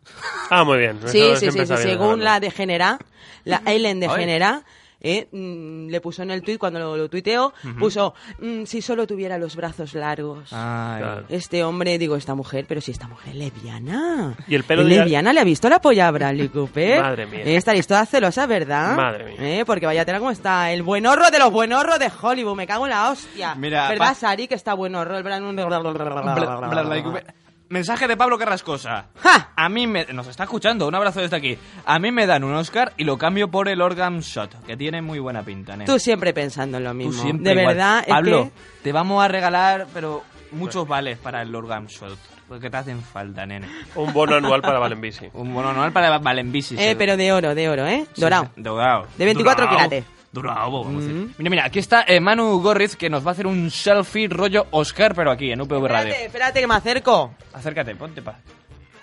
Ah, muy bien. Sí, sí, Eso sí, siempre sí, está bien, según ¿no? la degenera, la Ellen degenera, ¿eh? Mm, le puso en el tuit, cuando lo, lo tuiteó, Ujú. puso, "Mm, si solo tuviera los brazos largos. Ah. Ay. Claro. Este hombre, digo, esta mujer, pero si esta mujer es lesbiana. Y el pelo ¿Es de- lesbiana? ¿Le ha visto la polla a Bradley Cooper? Madre mía. Eh, estaréis todas celosas, ¿verdad? Madre mía. Eh, porque vaya tela como está. El buen horro de los buen horros de Hollywood. Me cago en la hostia. Mira, ¿Verdad, pa- Sari? Que está buen horro. El Bradley- Bla- bla- bla- bla- Mensaje de Pablo Carrascosa. A mí me... Nos está escuchando, un abrazo desde aquí. A mí me dan un Oscar y lo cambio por el Organ Shot, que tiene muy buena pinta, nene. Tú siempre pensando en lo Tú mismo. siempre de igual. verdad, es Pablo, que- te vamos a regalar, pero muchos vales para el Organ Shot, porque te hacen falta, nene. Un bono anual para Valenbici. Un bono anual para Valenbici. Eh, pero de oro, de oro, ¿eh? Sí, Dorado. sí, dorado. De 24 Dorado. quilates. Dorado, vamos a decir. Mira, mira, aquí está eh, Manu Gorriz que nos va a hacer un selfie rollo Oscar, pero aquí en UPV Radio. Espérate, espérate que me acerco. Acércate, ponte pa.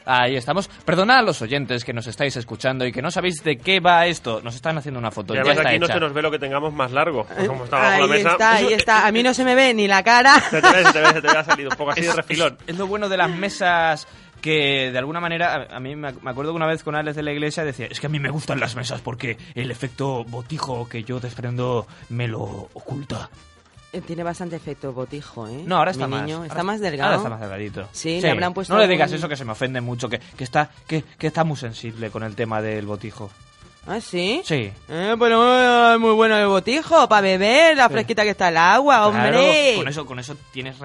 Ahí estamos. Perdona a los oyentes que nos estáis escuchando y que no sabéis de qué va esto. Nos están haciendo una foto. Pues Y Ya además está aquí no hecha. se nos ve lo que tengamos más largo. porque Como está bajo Ahí la mesa. está, ahí está. A mí no se me ve ni la cara. Se te ve, se te ve, se te ve, ha salido un poco así de Es- refilón. Es, es lo bueno de las mesas que de alguna manera a, a mí me, ac- me acuerdo que una vez con Alex de la Iglesia decía es que a mí me gustan las mesas porque el efecto botijo que yo desprendo me lo oculta. Eh, Tiene bastante efecto botijo, ¿eh? No, ahora está Mi más. niño. Ahora Está más delgado. Ahora está más delgadito. Sí, le habrán puesto No le digas algún- eso que se me ofende mucho, que, que está que, que está muy sensible con el tema del botijo. ¿Ah, sí? Sí. Eh, pero eh, muy bueno el botijo para beber, la Sí. fresquita que está el agua, hombre. Claro, con eso con eso tienes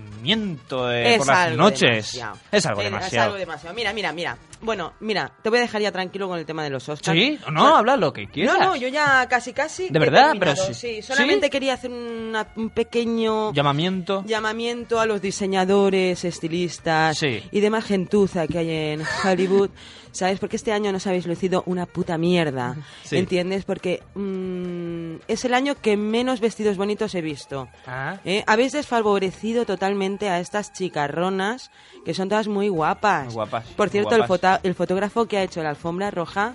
revestimiento eh, por las algo noches. demasiado. Es algo Eh, demasiado. algo demasiado. Mira, mira, mira. Bueno, mira, te voy a dejar ya tranquilo con el tema de los Oscars. Sí, no, Sol- habla lo que quieras. No, no, yo ya casi, casi. ¿De he verdad? terminado, Pero sí. sí. Solamente quería hacer una- un pequeño Llamamiento. llamamiento a los diseñadores, estilistas Sí. y demás gentuza que hay en Hollywood, ¿sabes? Porque este año nos habéis lucido una puta mierda, Sí. ¿entiendes? Porque mm, es el año que menos vestidos bonitos he visto. Ah. ¿eh? Habéis desfavorecido totalmente a estas chicarronas que son todas muy guapas. Muy guapas, Por cierto, muy el, guapas. fota- el fotógrafo que ha hecho la alfombra roja...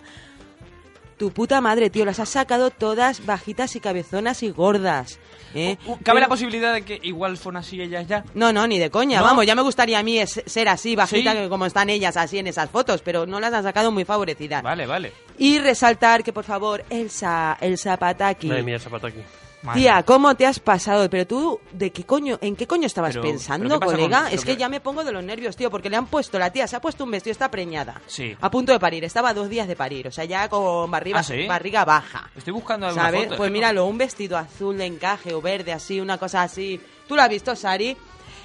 Tu puta madre, tío, las has sacado todas bajitas y cabezonas y gordas. ¿eh? Uh, Cabe la Pero- posibilidad de que igual son así ellas ya. no, no, ni de coña. ¿No? Vamos, ya me gustaría a mí es- ser así, bajita, Sí. que como están ellas así en esas fotos, pero no las han sacado muy favorecidas. Vale, vale. Y resaltar que, por favor, Elsa, Elsa Pataki. Madre mía, el zapato aquí. Tía, ¿cómo te has pasado? Pero tú, ¿de qué coño, ¿en qué coño estabas Pero- pensando, ¿pero qué pasa colega? con- es pero que qué- ya me pongo de los nervios, tío, porque le han puesto, la tía se ha puesto un vestido, está preñada. Sí. A punto de parir, estaba a dos días de parir, o sea, ya con barriga, ¿Ah, sí? barriga baja. Estoy buscando alguna ¿Sabes? foto. Pues míralo, un vestido azul de encaje o verde, así, una cosa así. ¿Tú lo has visto, Sari?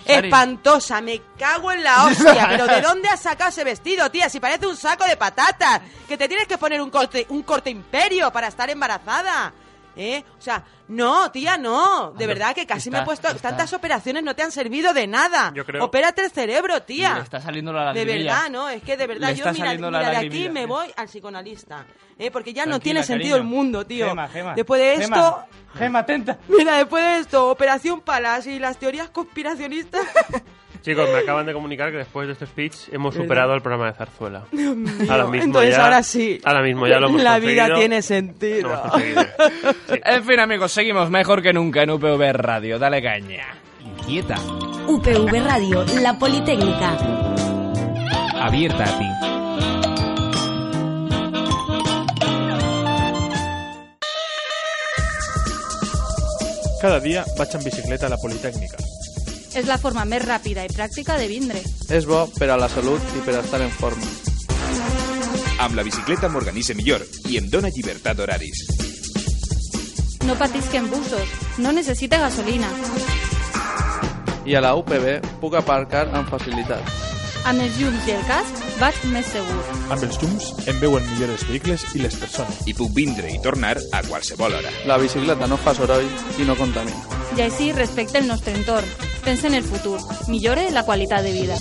Sari. Espantosa, me cago en la hostia. Pero ¿de dónde has sacado ese vestido, tía? Si parece un saco de patatas. Que te tienes que poner un corte, un corte imperio para estar embarazada. ¿Eh? O sea, no, tía, no. De Hombre, verdad que casi está- me he puesto. está- Tantas operaciones no te han servido de nada. Yo creo- Opérate el cerebro, Le tía. está saliendo la De lagrimilla. verdad, no, es que de verdad Le yo está mira, saliendo la mira, de aquí lagrimilla. me voy al psicoanalista, ¿eh? porque ya no Tranquila, tiene sentido el cariño. mundo, tío. Gema, Gema. después de Gema, esto, Gema, atenta. mira, después de esto, Operación Palacio y las teorías conspiracionistas. Chicos, me acaban de comunicar que después de este speech hemos ¿Verdad? superado el programa de Zarzuela. Dios mío, Ahora mismo entonces ya- ahora sí. Ahora mismo ya lo hemos La vida conseguido. tiene sentido. En fin, amigos, seguimos mejor que nunca en UPV Radio. Dale caña. Quieta, UPV Radio, la Politécnica. abierta a ti. Cada dia vaig en bicicleta a la Politécnica. És la forma més ràpida i pràctica de vindre. És bo per a la salut i per a estar en forma. Amb la bicicleta m'organitze millor i em dóna llibertat d'horaris. No patisquen busos, no necessita gasolina. I a la UPB puc aparcar amb facilitat. Amb els llums i el casc vas més segur. Amb els llums em veuen millor els vehicles i les persones. I puc vindre i tornar a qualsevol hora. La bicicleta no fa soroll i no contamina. I així respecta el nostre entorn. Pensa en el futur. Millore la qualitat de vida.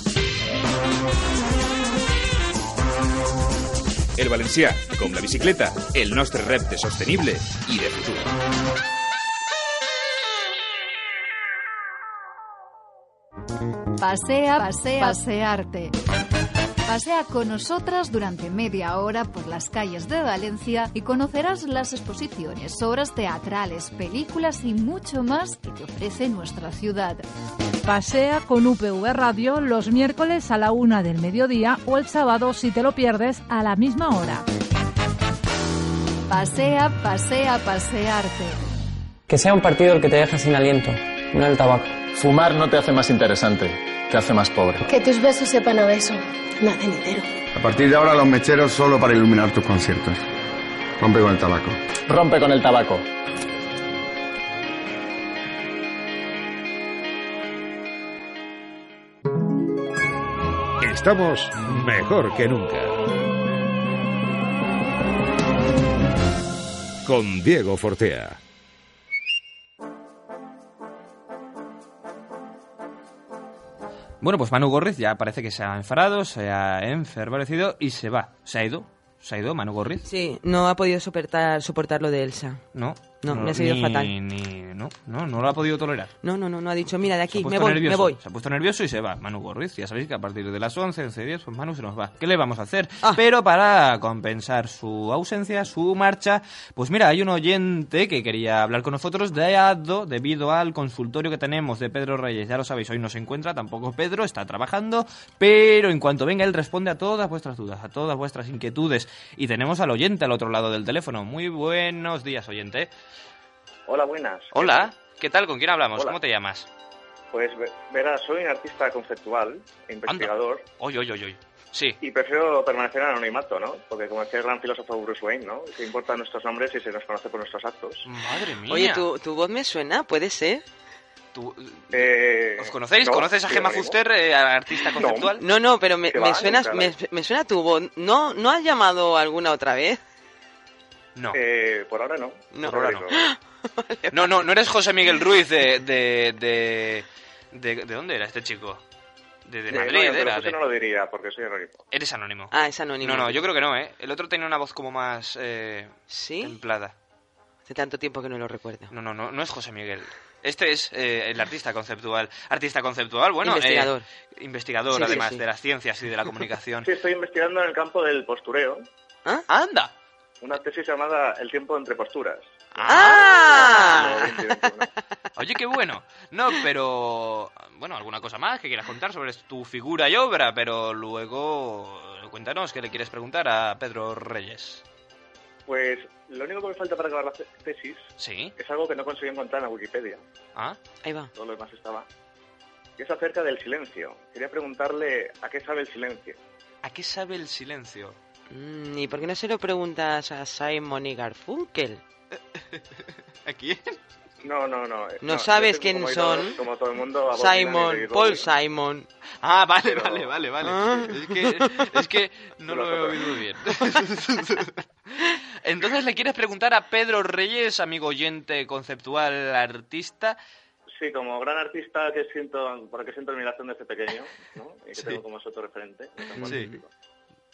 El valencià, com la bicicleta, el nostre repte sostenible i de futur. Pasea, pasea, pasearte. Pasea con nosotras durante media hora por las calles de Valencia y conocerás las exposiciones, obras teatrales, películas y mucho más que te ofrece nuestra ciudad. Pasea con UPV Radio los miércoles a la una del mediodía o el sábado si te lo pierdes a la misma hora. Pasea, pasea, pasearte. Que sea un partido el que te deja sin aliento, no el tabaco. Fumar no te hace más interesante, te hace más pobre. Que tus besos sepan a beso, no a venidero. A partir de ahora los mecheros solo para iluminar tus conciertos. Rompe con el tabaco. Rompe con el tabaco. Estamos mejor que nunca. Con Diego Fortea. Bueno, pues Manu Gorriz ya parece que se ha enfadado, se ha enfervorecido y se va. Se ha ido. ¿Se ha ido Manu Gorriz? Sí, no ha podido soportar, soportar lo de Elsa. No. No, le ha sido ni- fatal. ni- no, no, no lo ha podido tolerar. No, no, no, no ha dicho, mira, de Se ha aquí, me puesto voy, nervioso, me voy. Se ha puesto nervioso y se va. Manu Gorriz, ya sabéis que a partir de las 11, 11 y 10, pues Manu se nos va. ¿Qué le vamos a hacer? Ah. Pero para compensar su ausencia, su marcha, pues mira, hay un oyente que quería hablar con nosotros de Addo, debido al consultorio que tenemos de Pedro Reyes. Ya lo sabéis, hoy no se encuentra, tampoco Pedro, está trabajando, pero en cuanto venga él responde a todas vuestras dudas, a todas vuestras inquietudes. Y tenemos al oyente al otro lado del teléfono. Muy buenos días, oyente. Hola, buenas. Hola, ¿qué tal? ¿Con quién hablamos? Hola. ¿Cómo te llamas? Pues ve- verás, soy un artista conceptual, e investigador. Oy, oy, oy, oy. Sí. Y prefiero permanecer en anonimato, ¿no? Porque como decía el gran filósofo Bruce Wayne, ¿no? Que importan nuestros nombres y se nos conoce por nuestros actos. Madre mía. Oye, tu, tu voz me suena, puede ser. Eh, ¿Os conocéis? no, ¿Conocéis a yo Gemma no. Fuster, eh, a la artista conceptual? No, no, pero me, Que me va, suena, nunca me, me suena tu voz. ¿No, ¿No has llamado alguna otra vez? No. Eh, por ahora no. No. Por ahora Por No, no, no eres José Miguel Ruiz de... ¿De, de, de, de dónde era este chico? De, de Eh, Madrid, no, no, pero era. eso de- no lo diría porque soy anónimo. Eres anónimo. Ah, es anónimo. No, no, yo creo que no, ¿eh? El otro tenía una voz como más... Eh, ¿Sí? Templada. Hace tanto tiempo que no lo recuerdo. No, no, no, no es José Miguel. Este es eh, el artista conceptual. Artista conceptual, bueno... eh, Investigador. investigador, Sí, sí, además, sí. de las ciencias y de la comunicación. Sí, estoy investigando en el campo del postureo. ¡Anda! Una tesis llamada El tiempo entre posturas. ¡Ah! Oye, qué bueno. No, pero... Bueno, alguna cosa más que quieras contar sobre tu figura y obra, pero luego... eh, Cuéntanos qué le quieres preguntar a Pedro Reyes. Pues lo único que me falta para acabar la te- tesis ¿Sí? es algo que no conseguí encontrar en la Wikipedia. ¿Ah? Ahí va. Todo lo demás estaba. Y es acerca del silencio. Quería preguntarle a qué sabe el silencio. ¿A qué sabe el silencio? Mm, ¿Y por qué no se lo preguntas a Simon y Garfunkel? ¿A quién? No, no, no. ¿No, yo sabes tengo quiénes como son? todo- como todo el mundo, a Bob Dylan y Simon, David Paul Bowie. Simon. Ah, vale, Pero- vale, vale, vale. Ah. Es, que, es que no lo he oído bien. Entonces le quieres preguntar a Pedro Reyes, amigo oyente conceptual artista. Sí, como gran artista que siento, por el que siento admiración desde pequeño, ¿no? Y que Sí. tengo como soto referente. Sí.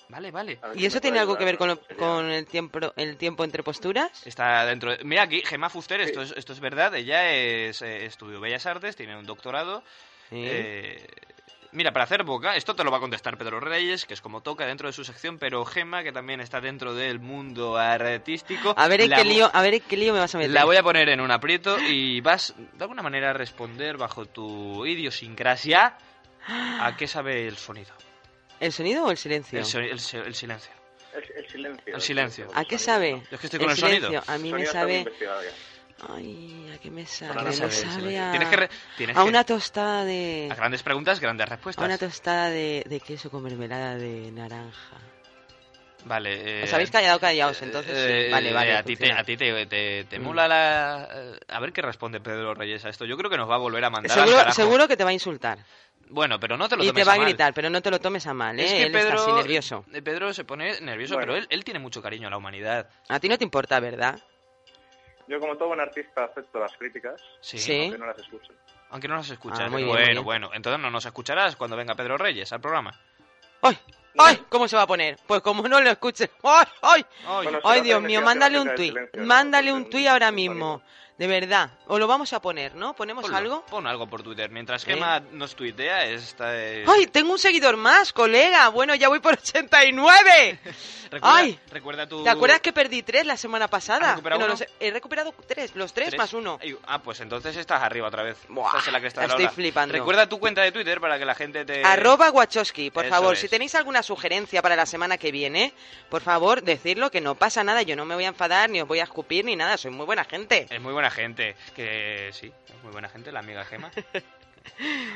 Vale, vale. ¿Y eso tiene algo que ver con, lo- con el, tiempo, el tiempo entre posturas? Está dentro. de- Mira aquí, Gemma Fuster, esto es, esto es verdad. Ella es, eh, estudió Bellas Artes, tiene un doctorado. Eh, mira, para hacer boca, esto te lo va a contestar Pedro Reyes, que es como toca dentro de su sección, pero Gemma, que también está dentro del mundo artístico. A ver, en la qué vo- lío, a ver en qué lío me vas a meter. La voy a poner en un aprieto y vas de alguna manera a responder bajo tu idiosincrasia a qué sabe el sonido. ¿El sonido o el silencio? El, so- el so- el silencio. El, silencio. El silencio. ¿A qué sabe? Es que estoy con el, silencio. sonido. A mí me sabe... Ay, ¿a qué me sabe? Ahora Me sabe el sabe silencio. a... Tienes que re- tienes a que- una tostada de... A grandes preguntas, grandes A respuestas. una tostada de, de queso con mermelada de naranja. Vale. eh, Os habéis callado callados, entonces sí. eh, Vale, vale. A ti te, funciona. a ti te, te- te Mm. mola la. eh, A ver qué responde Pedro Reyes a esto. Yo creo que nos va a volver a mandar al Seguro, carajo. seguro que te va a insultar. Bueno, pero no te lo Y tomes te va a mal. gritar, pero no te lo tomes a mal, ¿eh? Es que Él Pedro, está así nervioso. eh, Pedro se pone nervioso, Bueno. pero él, él tiene mucho cariño a la humanidad. A ti no te importa, ¿verdad? Yo como todo buen artista acepto las críticas, Sí. aunque no las escucho. Aunque no nos escuchas. Ah, muy bien, muy bueno, bien. bueno. Entonces no nos escucharás cuando venga Pedro Reyes al programa. ¡Ay! ¿Cómo se va a poner? Pues como no lo escuches. ¡Ay, ay! Ay. ¡Ay, Bueno, si no, Dios pero mío! investigación Mándale acerca un del tuit. silencio, ¿no? Mándale un tuit ahora mismo. De verdad. O lo vamos a poner, ¿no? ¿Ponemos Ponlo, algo? Pon algo por Twitter. Mientras Eh. Gemma nos tuitea, esta eh, es... ¡Ay, tengo un seguidor más, colega! Bueno, ya voy por 89. Recuerda, ¡Ay! recuerda tu... Ah, ¿Te acuerdas que perdí tres la semana pasada? recuperado uno? Bueno, los he- he recuperado tres, los tres, Tres. más uno. Ay, Ah, pues entonces estás arriba otra vez. Estás en la cresta de la estoy ola. flipando. Eh, Recuerda tu cuenta de Twitter para que la gente te... Arroba Wachowski, por Eso favor, es. si tenéis alguna sugerencia para la semana que viene, por favor, decirlo que no pasa nada, yo no me voy a enfadar, ni os voy a escupir, ni nada, soy muy buena gente. Es muy buena gente. Que sí, es muy buena gente, la amiga Gema.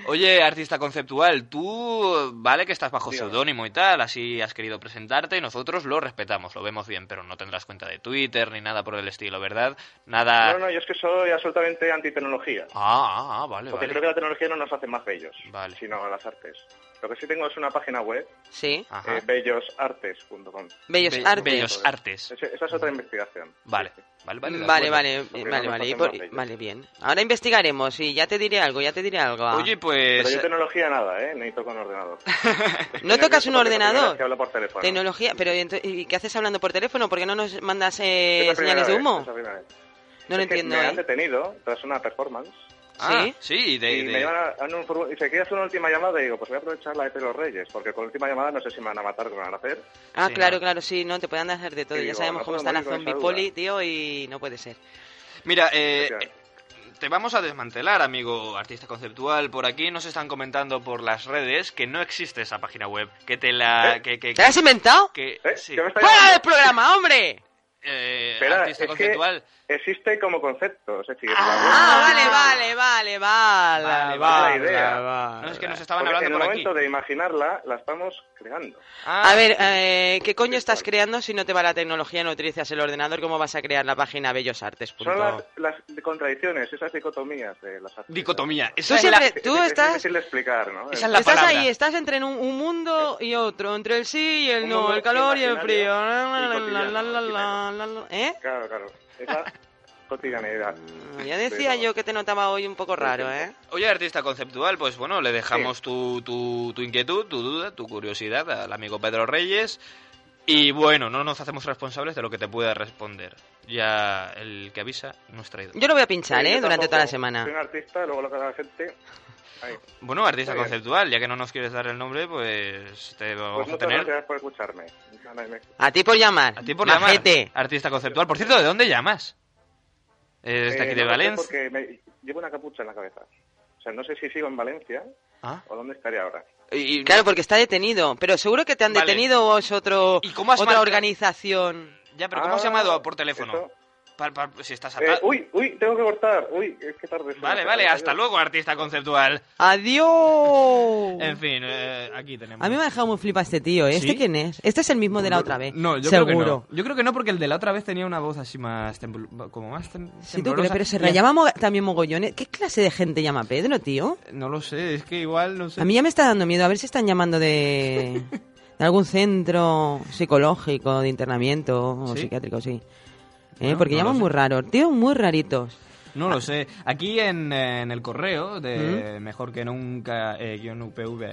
Oye, artista conceptual, tú vale que estás bajo Dígame. seudónimo y tal, así has querido presentarte, nosotros lo respetamos, lo vemos bien, pero no tendrás cuenta de Twitter ni nada por el estilo, ¿verdad? Nada... No, no, yo es que soy absolutamente antitecnología. Ah, ah, ah, vale, Porque vale. creo que la tecnología no nos hace más bellos, Vale. sino las artes. Lo que sí tengo es una página web, Sí. eh, bellosartes.com. Bellos Be- Artes. ah, Bellos Artes. Ese- Esa es otra investigación. Vale, vale, vale. de Vale, acuerdo. vale, eh, Porque vale, no vale, nos y hacemos por- bellos. vale, bien. Ahora investigaremos y ya te diré algo, ya te diré algo. ah. Oye, pues... Pero yo tecnología nada, ¿eh? Necesito con ordenador. ¿No tocas un porque es la primera ordenador? vez que hablo por teléfono. Tecnología, pero ento- ¿y qué haces hablando por teléfono? ¿Por qué no nos mandas eh, Es la primera señales de vez, humo? es la primera vez. No lo Es que entiendo, Me ¿eh? han detenido tras una performance. Ah, sí, y de... Y de- me llaman a, a un furgón y dice, ¿quieres una última llamada? Y digo, pues voy a aprovechar la de Pelos Reyes, porque con la última llamada no sé si me van a matar o me van a hacer. Ah, Sí, claro, claro, sí, no, te pueden hacer de todo. Sí, ya digo, sabemos no cómo puedo está la morir con esa zombie duda. poli, tío, y no puede ser. Mira, eh, te vamos a desmantelar, amigo artista conceptual. Por aquí nos están comentando por las redes que no existe esa página web. Que te ¿Eh? la. Que, que- ¿Te la has inventado? Que, sí. ¡Fuera del programa, hombre! Eh, Espera, artista es conceptual. que existe como concepto, es decir... Ah, vale, vale, vale, vale. Ah, Vale, vale, vale, vale. No, es que nos estaban Porque hablando en por el aquí. momento de imaginarla, la estamos creando. A ver, eh, ¿qué coño estás creando si no te va la tecnología, no utilizas el ordenador? ¿Cómo vas a crear la página Bellos Artes? Son las, las contradicciones, esas dicotomías de las artes. Dicotomía. Tú Eso es siempre- la- tú Es estás... difícil de explicar, ¿no? Esa es la estás palabra. ahí, estás entre en un, un mundo y otro, entre el sí y el Un no, mundo el calor y el frío. imaginario y La, la, la, la, cotidiano, la, la, la, la. ¿Eh? Mm, Claro, claro. Esa cotidianeidad. Ya decía yo que te notaba hoy un poco raro, ¿eh? Oye, artista conceptual, pues bueno, le dejamos tu, tu, tu inquietud, tu duda, tu curiosidad al amigo Pedro Reyes. Y bueno, no nos hacemos responsables de lo que te pueda responder. Ya el que avisa no es traidor. Yo lo voy a pinchar, Sí, ¿eh? yo Durante toda la tampoco. semana. Soy un artista, luego lo que haga la gente... Ahí. Bueno, artista Muy bien. conceptual, ya que no nos quieres dar el nombre, pues te vamos Pues a muchas tener. gracias por escucharme. Ana, me- A ti por llamar. A ti por llamar, majete. artista conceptual. Por cierto, ¿de dónde llamas? Eh, ¿Desde Eh, aquí de no lo sé Valencia? Porque me- llevo una capucha en la cabeza. O sea, no sé si sigo en Valencia Ah. o dónde estaré ahora. Claro, porque está detenido. Pero seguro que te han Vale. detenido vos otro, cómo has otra marcado? organización. Ya, pero ¿cómo has Ah, llamado por teléfono? eso. Pa- pa- si estás Eh, atado. uy, uy, tengo que cortar. Uy, es que tarde. vale, vale, hasta luego, artista conceptual. ¡Adiós! En fin, eh, aquí tenemos. A mí me ha dejado muy flipa este tío, ¿eh? ¿Sí? ¿Este quién es? Este es el mismo de la otra vez. No, yo Seguro. creo que no. Yo creo que no, porque el de la otra vez tenía una voz así más tembl- como más tem- Sí, tú crees, temblorosa. pero se Y- rayaba mo- también mogollones. ¿Qué clase de gente llama a Pedro, tío? No lo sé, es que igual no sé. A mí ya me está dando miedo. A ver si están llamando de, de algún centro psicológico, de internamiento o ¿Sí? psiquiátrico, sí. ¿Eh? Bueno, Porque no lo llaman sé. muy raros, tío, muy raritos. No lo sé. Aquí en, eh, en el correo de mejor que nunca eh, guión upv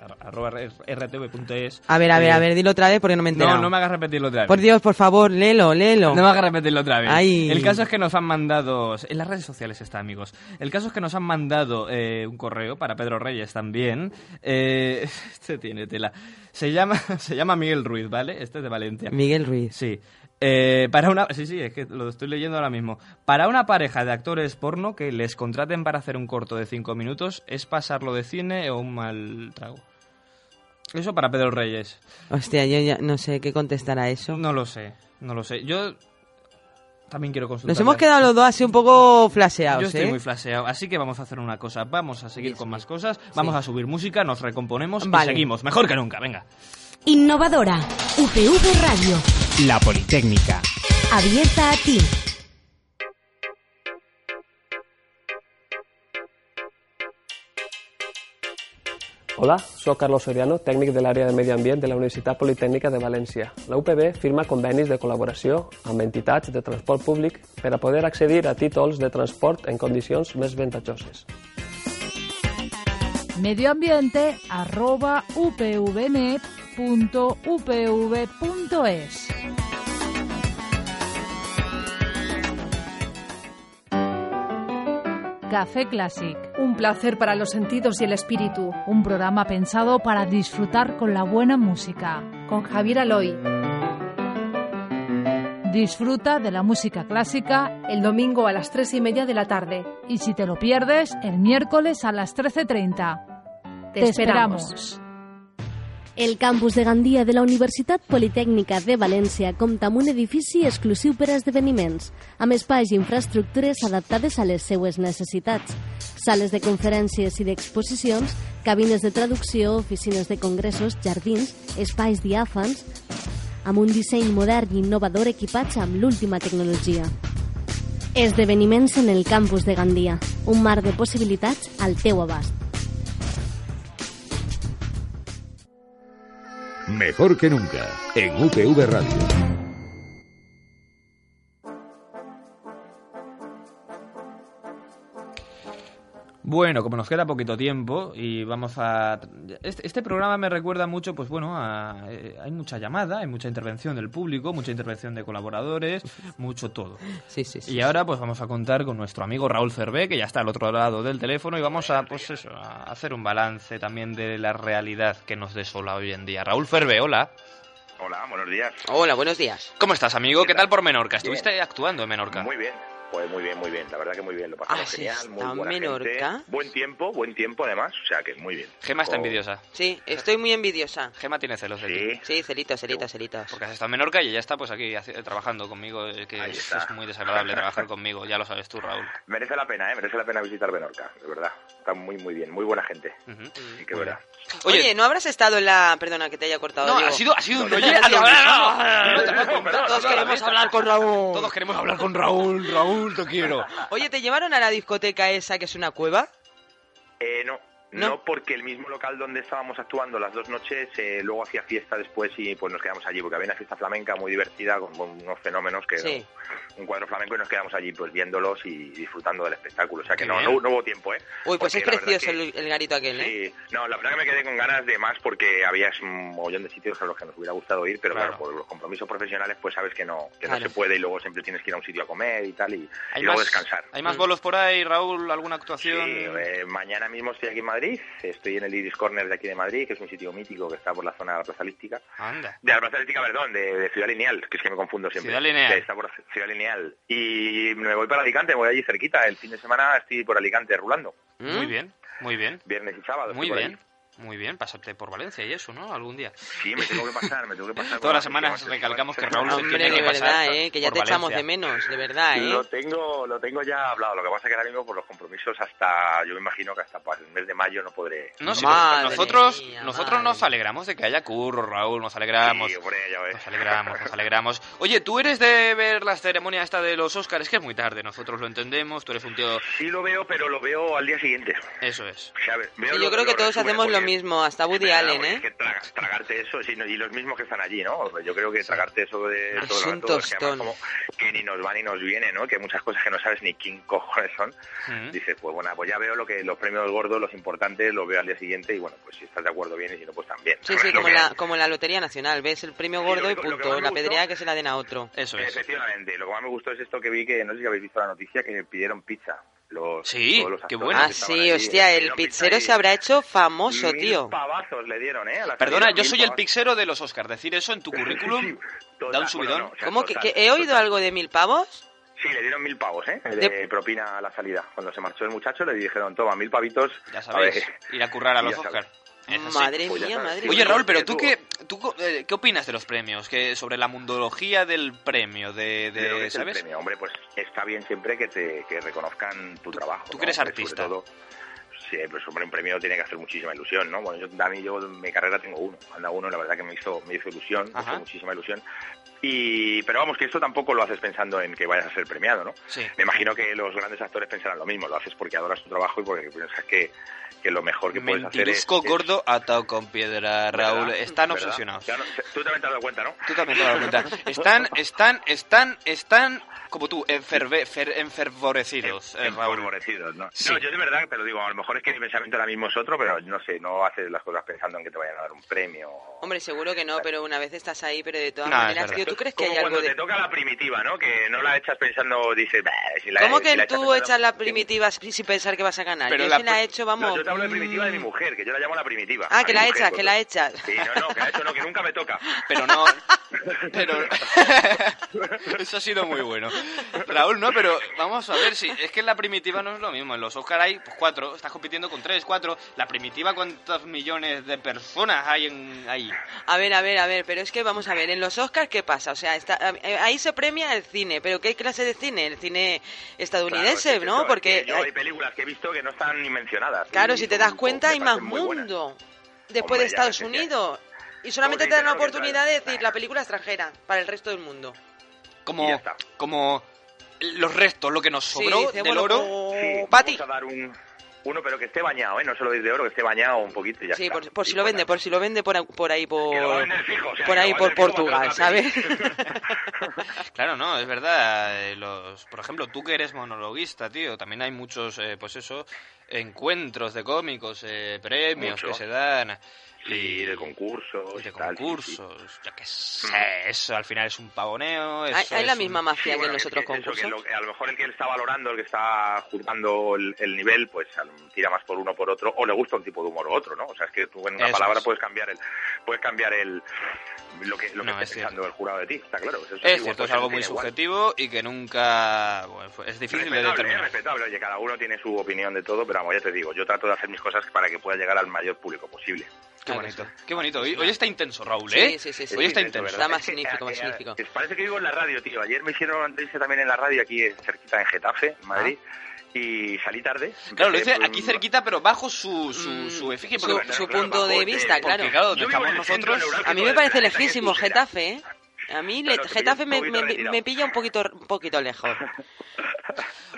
ar- arroba rtv.es. A ver, a ver, eh, a ver, dilo otra vez porque no me he enterado. No, no me hagas repetirlo otra vez. Por Dios, por favor, léelo, léelo. No me hagas repetirlo otra vez. Ay. El caso es que nos han mandado. En las redes sociales está, amigos. El caso es que nos han mandado eh, un correo para Pedro Reyes también. Eh, este tiene tela. Se llama, se llama Miguel Ruiz, ¿vale? Este es de Valencia. Miguel Ruiz. Sí. Eh, para una, sí, sí, es que lo estoy leyendo ahora mismo. Para una pareja de actores porno que les contraten para hacer un corto de 5 minutos es pasarlo de cine o un mal trago. Eso para Pedro Reyes. Hostia, yo ya no sé qué contestar a eso. No lo sé, no lo sé. Yo también quiero consultar. Nos hemos quedado los dos así un poco flaseados, Yo estoy ¿eh? muy flaseado, así que vamos a hacer una cosa. Vamos a seguir con más cosas, vamos a subir música, nos recomponemos y Vale. seguimos. Mejor que nunca, venga. Innovadora. UPV Radio. La Politécnica. Abierta a ti. Hola, soc Carlos Soriano, tècnic de l'àrea de Medi Ambient de la Universitat Politècnica de València. La UPB firma convenis de col·laboració amb entitats de transport públic per a poder accedir a títols de transport en condicions més ventajoses. Medioambiente arroba upvnet.upv.es. Café Classic. Un placer para los sentidos y el espíritu. Un programa pensado para disfrutar con la buena música. Con Javier Aloy. Disfruta de la música clásica el domingo a las 3 y media de la tarde. Y si te lo pierdes, el miércoles a las 13.30. Te El campus de Gandia de la Universitat Politècnica de València compta amb un edifici exclusiu per a esdeveniments, amb espais i infraestructures adaptades a les seues necessitats, sales de conferències i d'exposicions, cabines de traducció, oficines de congressos, jardins, espais diàfans, amb un disseny modern i innovador equipats amb l'última tecnologia. Esdeveniments en el campus de Gandia, un mar de possibilitats al teu abast. Mejor que nunca en UPV Radio. Bueno, como nos queda poquito tiempo y vamos a... Este, este programa me recuerda mucho, pues bueno, a- eh, hay mucha llamada, hay mucha intervención del público, mucha intervención de colaboradores, mucho todo. Sí, sí, sí. Y ahora pues vamos a contar con nuestro amigo Raúl Cervé, que ya está al otro lado del teléfono, y vamos a, pues eso, a hacer un balance también de la realidad que nos desola hoy en día. Raúl Cervé, hola. Hola, buenos días. Hola, buenos días. ¿Cómo estás, amigo? ¿Qué tal por Menorca? Bien. Estuviste actuando en Menorca. Muy bien. Pues muy bien, muy bien. La verdad que muy bien. Lo pasamos Has genial. Muy estado Ah, en buena Menorca. gente. Buen tiempo, buen tiempo además. O sea que muy bien. Gema está Oh, Con- envidiosa. Sí, estoy muy envidiosa. Gema tiene celos de ti. Sí, celitos, celitos, celitos. Porque has estado en Menorca y ella está pues aquí haci- trabajando conmigo, eh, que es, está. es muy desagradable trabajar conmigo, ya lo sabes tú, Raúl. Merece la pena, ¿eh? Merece la pena visitar Menorca, de verdad. Está muy, muy bien. Muy buena gente. Ujú. Sí que es verdad. Oye, ¿no habrás estado en la... Perdona que te haya cortado. No, Diego. ha sido, ha sido un No, no, oye- no, no, no, no, no, no, no, no, no, no, no, no, Todos no, queremos no, hablar con Raúl. Todos queremos hablar con Raúl, Raúl, te quiero. Oye, ¿te llevaron a la discoteca esa que es una cueva? Eh, no. No, porque el mismo local donde estábamos actuando las dos noches, eh, luego hacía fiesta después y pues nos quedamos allí, porque había una fiesta flamenca muy divertida con con unos fenómenos que Sí. un cuadro flamenco y nos quedamos allí pues viéndolos y disfrutando del espectáculo. O sea que Qué no, bien. no, no hubo tiempo, ¿eh? Uy, pues Porque es la verdad precioso que- el, el garito aquel, ¿eh? Sí, no, la verdad que me quedé con ganas de más porque había un mollón de sitios a los que nos hubiera gustado ir, pero claro, por los compromisos profesionales pues sabes que no que Claro. no se puede y luego siempre tienes que ir a un sitio a comer y tal y, y Hay luego más- descansar. ¿Hay más bolos por ahí, Raúl? ¿Alguna actuación? Sí, eh, mañana mismo estoy aquí en Madrid, estoy en el Iris Corner de aquí de Madrid, que es un sitio mítico que está por la zona de la Plaza Lística. Anda. De la Plaza Lística, perdón, de, de Ciudad Lineal, que es que me confundo siempre. Ciudad Lineal. Que está por Ciudad Lineal. Y me voy para Alicante, me voy allí cerquita. El fin de semana estoy por Alicante rulando. ¿Mm? Muy bien, muy bien. Viernes y sábado. Muy estoy por bien, allí. muy bien. Pásate por Valencia y eso, ¿no? Algún día. Sí, me tengo que pasar, me tengo que pasar. Todas las Bueno, semanas recalcamos que Raúl se Hombre, tiene de que verdad, pasar. ¿eh? Que ya por te echamos Valencia. de menos, de verdad, ¿eh? Lo tengo, lo tengo ya hablado. Lo que pasa es que ahora mismo por los compromisos hasta, yo me imagino que hasta para el mes de mayo no podré. No, sí, Ah, Madre nosotros, mía, nosotros nos alegramos de que haya curro, Raúl, nos alegramos. Sí, hombre, ya ves. Nos alegramos, nos alegramos. Oye, tú eres de ver la ceremonia esta de los Óscar, es que es muy tarde, nosotros lo entendemos, tú eres un tío... Sí lo veo, pero lo veo al día siguiente. Eso es. ¿sabes? Veo Sí, lo- yo creo que lo todos resumen, hacemos lo porque- mismo, hasta Woody Nada, Allen, porque ¿eh? Es que traga- tragarte eso, sí, no, y los mismos que están allí, ¿no? Pues Yo creo que tragarte eso de Es todo el un rato, es que además tostón. como que ni nos va ni nos viene, ¿no? Que hay muchas cosas que no sabes ni quién cojones son. Ujú. Dices, pues bueno, pues ya veo lo que los premios gordos, los importantes, los veo al día siguiente y bueno, pues si estás de acuerdo bien y si no, pues también. Sí, sí, Lo como que- la, como la Lotería Nacional. Ves el premio Sí, gordo lo y que- lo que punto. más me La gustó- pedrea que se la den a otro. Eso Efectivamente, lo que más me gustó es esto que vi que, no sé si habéis visto la noticia, que pidieron pizza. Los, Sí, todos los qué actores bueno. que Ah, estaban sí, allí, hostia, eh, el pidieron pizza pizzero y se habrá hecho famoso, mil tío. pavazos le dieron, ¿eh? A las Perdona, pidieron yo mil soy el pavazos. pixero de los Óscar, decir eso en tu currículum da un Total, subidón. bueno, no, o sea, ¿Cómo que, total, que he oído algo de mil pavos? Sí, le dieron mil pavos, ¿eh? De, De- propina a la salida. Cuando se marchó el muchacho le dijeron, toma, mil pavitos. Ya sabéis, ir a currar a los Ya sabes. Óscar. Es así. Madre Pues ya mía, sabes, madre tío. mía. Oye, Raúl, pero que tú tú- qué, tú, co- eh, qué opinas de los premios, que sobre la mundología del premio, de, de- De lo que es el ¿sabes? premio, hombre, pues está bien siempre que te que reconozcan tu trabajo. tú ¿no? que eres Sobre artista. todo, sí, pues hombre, un premio tiene que hacer muchísima ilusión, ¿no? Bueno, yo, a mí yo en mi carrera tengo uno, anda uno, la verdad que me hizo, me hizo ilusión, me Ajá. hizo muchísima ilusión. Y, pero vamos, que esto tampoco lo haces pensando en que vayas a ser premiado, ¿no? Sí. Me imagino que los grandes actores pensarán lo mismo, lo haces porque adoras tu trabajo y porque piensas que, que lo mejor que puedes hacer es... Mentirusco es- gordo atado con piedra, Raúl. ¿verdad? Están ¿verdad? obsesionados. Ya no- tú también te has dado cuenta, ¿no? Tú también te has dado cuenta. Están, están, están, están como tú, enferve- fer- enfervorecidos, eh, Raúl. Enfervorecidos, ¿no? Sí. No, yo de verdad te lo digo, a lo mejor es que el pensamiento ahora mismo es otro, pero no sé, no haces las cosas pensando en que te vayan a dar un premio. Hombre, seguro que no, pero una vez estás ahí, pero de todas No, es maneras, verdad. tío, ¿tú crees que Como hay algo cuando de...? te toca la primitiva, ¿no? Que no la echas pensando, dices, "Bah, si la ¿Cómo si la que echas tú pensando- echas la primitiva sin sin pensar que vas a ganar? Yo sí la he hecho, vamos... No, yo te hablo de primitiva de mi mujer, que yo la llamo la primitiva. Ah, A que mi la mujer, echas, que pues, la echas. Sí, no, no, que la echo, no, que nunca me toca. Pero no. Pero. Eso ha sido muy bueno. Raúl, no, pero vamos a ver si. Es que en la primitiva no es lo mismo. En los Oscar hay pues, cuatro, estás compitiendo con tres, cuatro. La primitiva, ¿cuántos millones de personas hay en, ahí? A ver, a ver, a ver, pero es que vamos a ver, en los Oscars, ¿qué pasa? O sea, está, eh, ahí se premia el cine, pero ¿qué clase de cine? El cine estadounidense, Claro, sí, ¿no? sí, Porque, pues, Yo hay- hay películas que he visto que no están ni mencionadas. claro, Y si te son- das cuenta, me hay más parecen muy buenas. mundo después Hombre, de ya Estados ves, ya. Unidos. Y solamente Tú te dan la dices, no, que oportunidad de decir la película extranjera para el resto del mundo. Como. Como. Los restos, lo que nos Sí, sobró dice, del bueno, oro. pues, Sí, Vamos a dar un, uno, pero que esté bañado, ¿eh? No solo de oro, que esté bañado un poquito y ya sí, está. por, por si lo vende, por si lo vende por, por ahí, por, lo va a vender fijo, o sea, por que ahí, lo va a por vender fijo para Portugal, hacer otra ¿sabes? Claro, no, es verdad. eh, Los, por ejemplo, tú que eres monologuista, tío, también hay muchos, eh, pues eso, encuentros de cómicos, eh, premios Mucho. que se dan. Sí, de concursos. De y Mm. tal, sí, concursos, yo qué sé, eso al final es un pavoneo. Hay- eso hay la es misma un- mafia que en los que- otros que eso, que concursos. lo- que a lo mejor el que está valorando, el que está juzgando el, el nivel, pues al- tira más por uno o por otro, o le gusta un tipo de humor u otro, ¿no? O sea, es que tú en una Eso palabra es. puedes cambiar el puedes cambiar el lo que, lo que No, esté es cierto. pensando el jurado de ti, está claro. Eso Es igual, cierto, pues, es algo tiene muy igual. subjetivo y que nunca... bueno, es difícil de Respetable, ¿eh? determinar. respetable. Oye, cada uno tiene su opinión de todo, pero vamos, ya te digo, yo trato de hacer mis cosas para que pueda llegar al mayor público posible. Qué bonito, qué bonito. Hoy, hoy está intenso, Raúl, Sí, ¿eh? sí, sí, sí. Hoy está Sí, sí, intenso. ¿verdad? Es que, magnífico, eh, magnífico. eh, Parece que vivo en la radio, tío. Ayer me hicieron una entrevista también en la radio, aquí eh, cerquita en Getafe, en Madrid. Y salí tarde. Ah. Claro, lo Empecé dice por aquí un- cerquita, pero bajo su, mm, su, su efigie. su- porque- su punto de porque, vista, porque, claro. claro, donde Yo vivo en estamos el centro nosotros... A mí me parece lejísimo Getafe, ¿eh? A mí le- Claro, te pilla Getafe un me, poquito me- retirado. me pilla un poquito, un poquito lejos.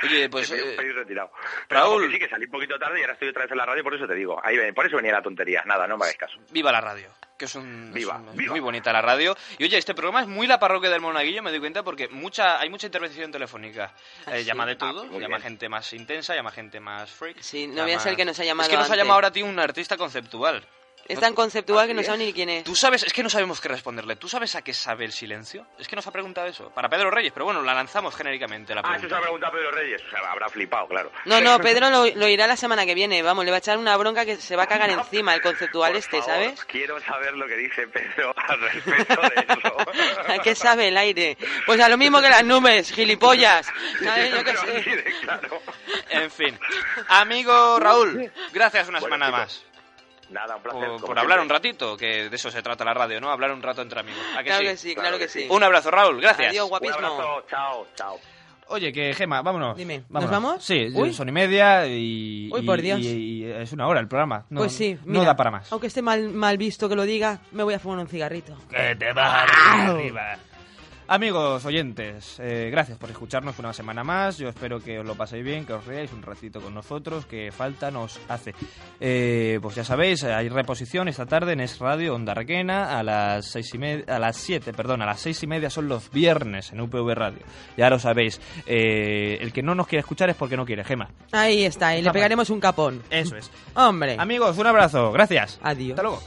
Oye, pues... eh, Estoy retirado. Pero vamos, que sí, que salí un poquito tarde y ahora estoy otra vez en la radio, por eso te digo. Ahí ven, por eso venía la tontería. Nada, no me hagas caso. Viva la radio. Que es un, Viva, es un- viva. muy bonita la radio. Y oye, este programa es muy la parroquia del monaguillo, me doy cuenta, porque mucha hay mucha intervención telefónica. Ah, Eh, Llama Ah, de pues todo, muy llama bien. gente más intensa, llama gente más freak. Sí, no voy a ser el que nos ha llamado Es que nos ha antes. llamado ahora a ti un artista conceptual. Es tan conceptual que no sabe ni quién es. Tú sabes, es que no sabemos qué responderle. ¿Tú sabes a qué sabe el silencio? Es que nos ha preguntado eso. Para Pedro Reyes, pero bueno, la lanzamos genéricamente la Ah, eso se pregunta. ha preguntado Pedro Reyes. O sea, habrá flipado, claro. No, no, Pedro lo, lo irá la semana que viene, vamos, le va a echar una bronca que se va a cagar encima el conceptual este, Por favor, ¿sabes? Quiero saber lo que dice Pedro al respecto de eso. ¿A qué sabe el aire? Pues a lo mismo que las nubes, gilipollas. ¿Sabes? Yo qué Pero sé. así de claro. En fin. Amigo Raúl, gracias una semana más. Nada, un placer. Por, como por hablar un siempre. ratito, que de eso se trata la radio, ¿no? Hablar un rato entre amigos. ¿A que Claro sí? que sí, claro que sí. Un abrazo, Raúl. Gracias. Adiós, guapismo. chao, chao. Oye, que Gema, vámonos. Dime, ¿nos Vámonos. vamos? Sí, Uy. son y media y, Uy, y- por Dios. y- y es una hora el programa. No, pues sí, no mira, da para más. Aunque esté mal, mal visto que lo diga, me voy a fumar un cigarrito. Que te vas arriba. Amigos oyentes, eh, gracias por escucharnos una semana más. Yo espero que os lo paséis bien, que os reáis un ratito con nosotros, que falta nos hace. Eh, pues ya sabéis, hay reposición esta tarde en Es Radio Onda Requena a las seis y media, a las siete, perdón, a las seis y media son los viernes en UPV Radio. Ya lo sabéis. Eh, el que no nos quiere escuchar es porque no quiere, Gema. Ahí está, y le pegaremos un capón. Eso es. Hombre. Amigos, un abrazo. Gracias. Adiós. Eh, Hasta luego.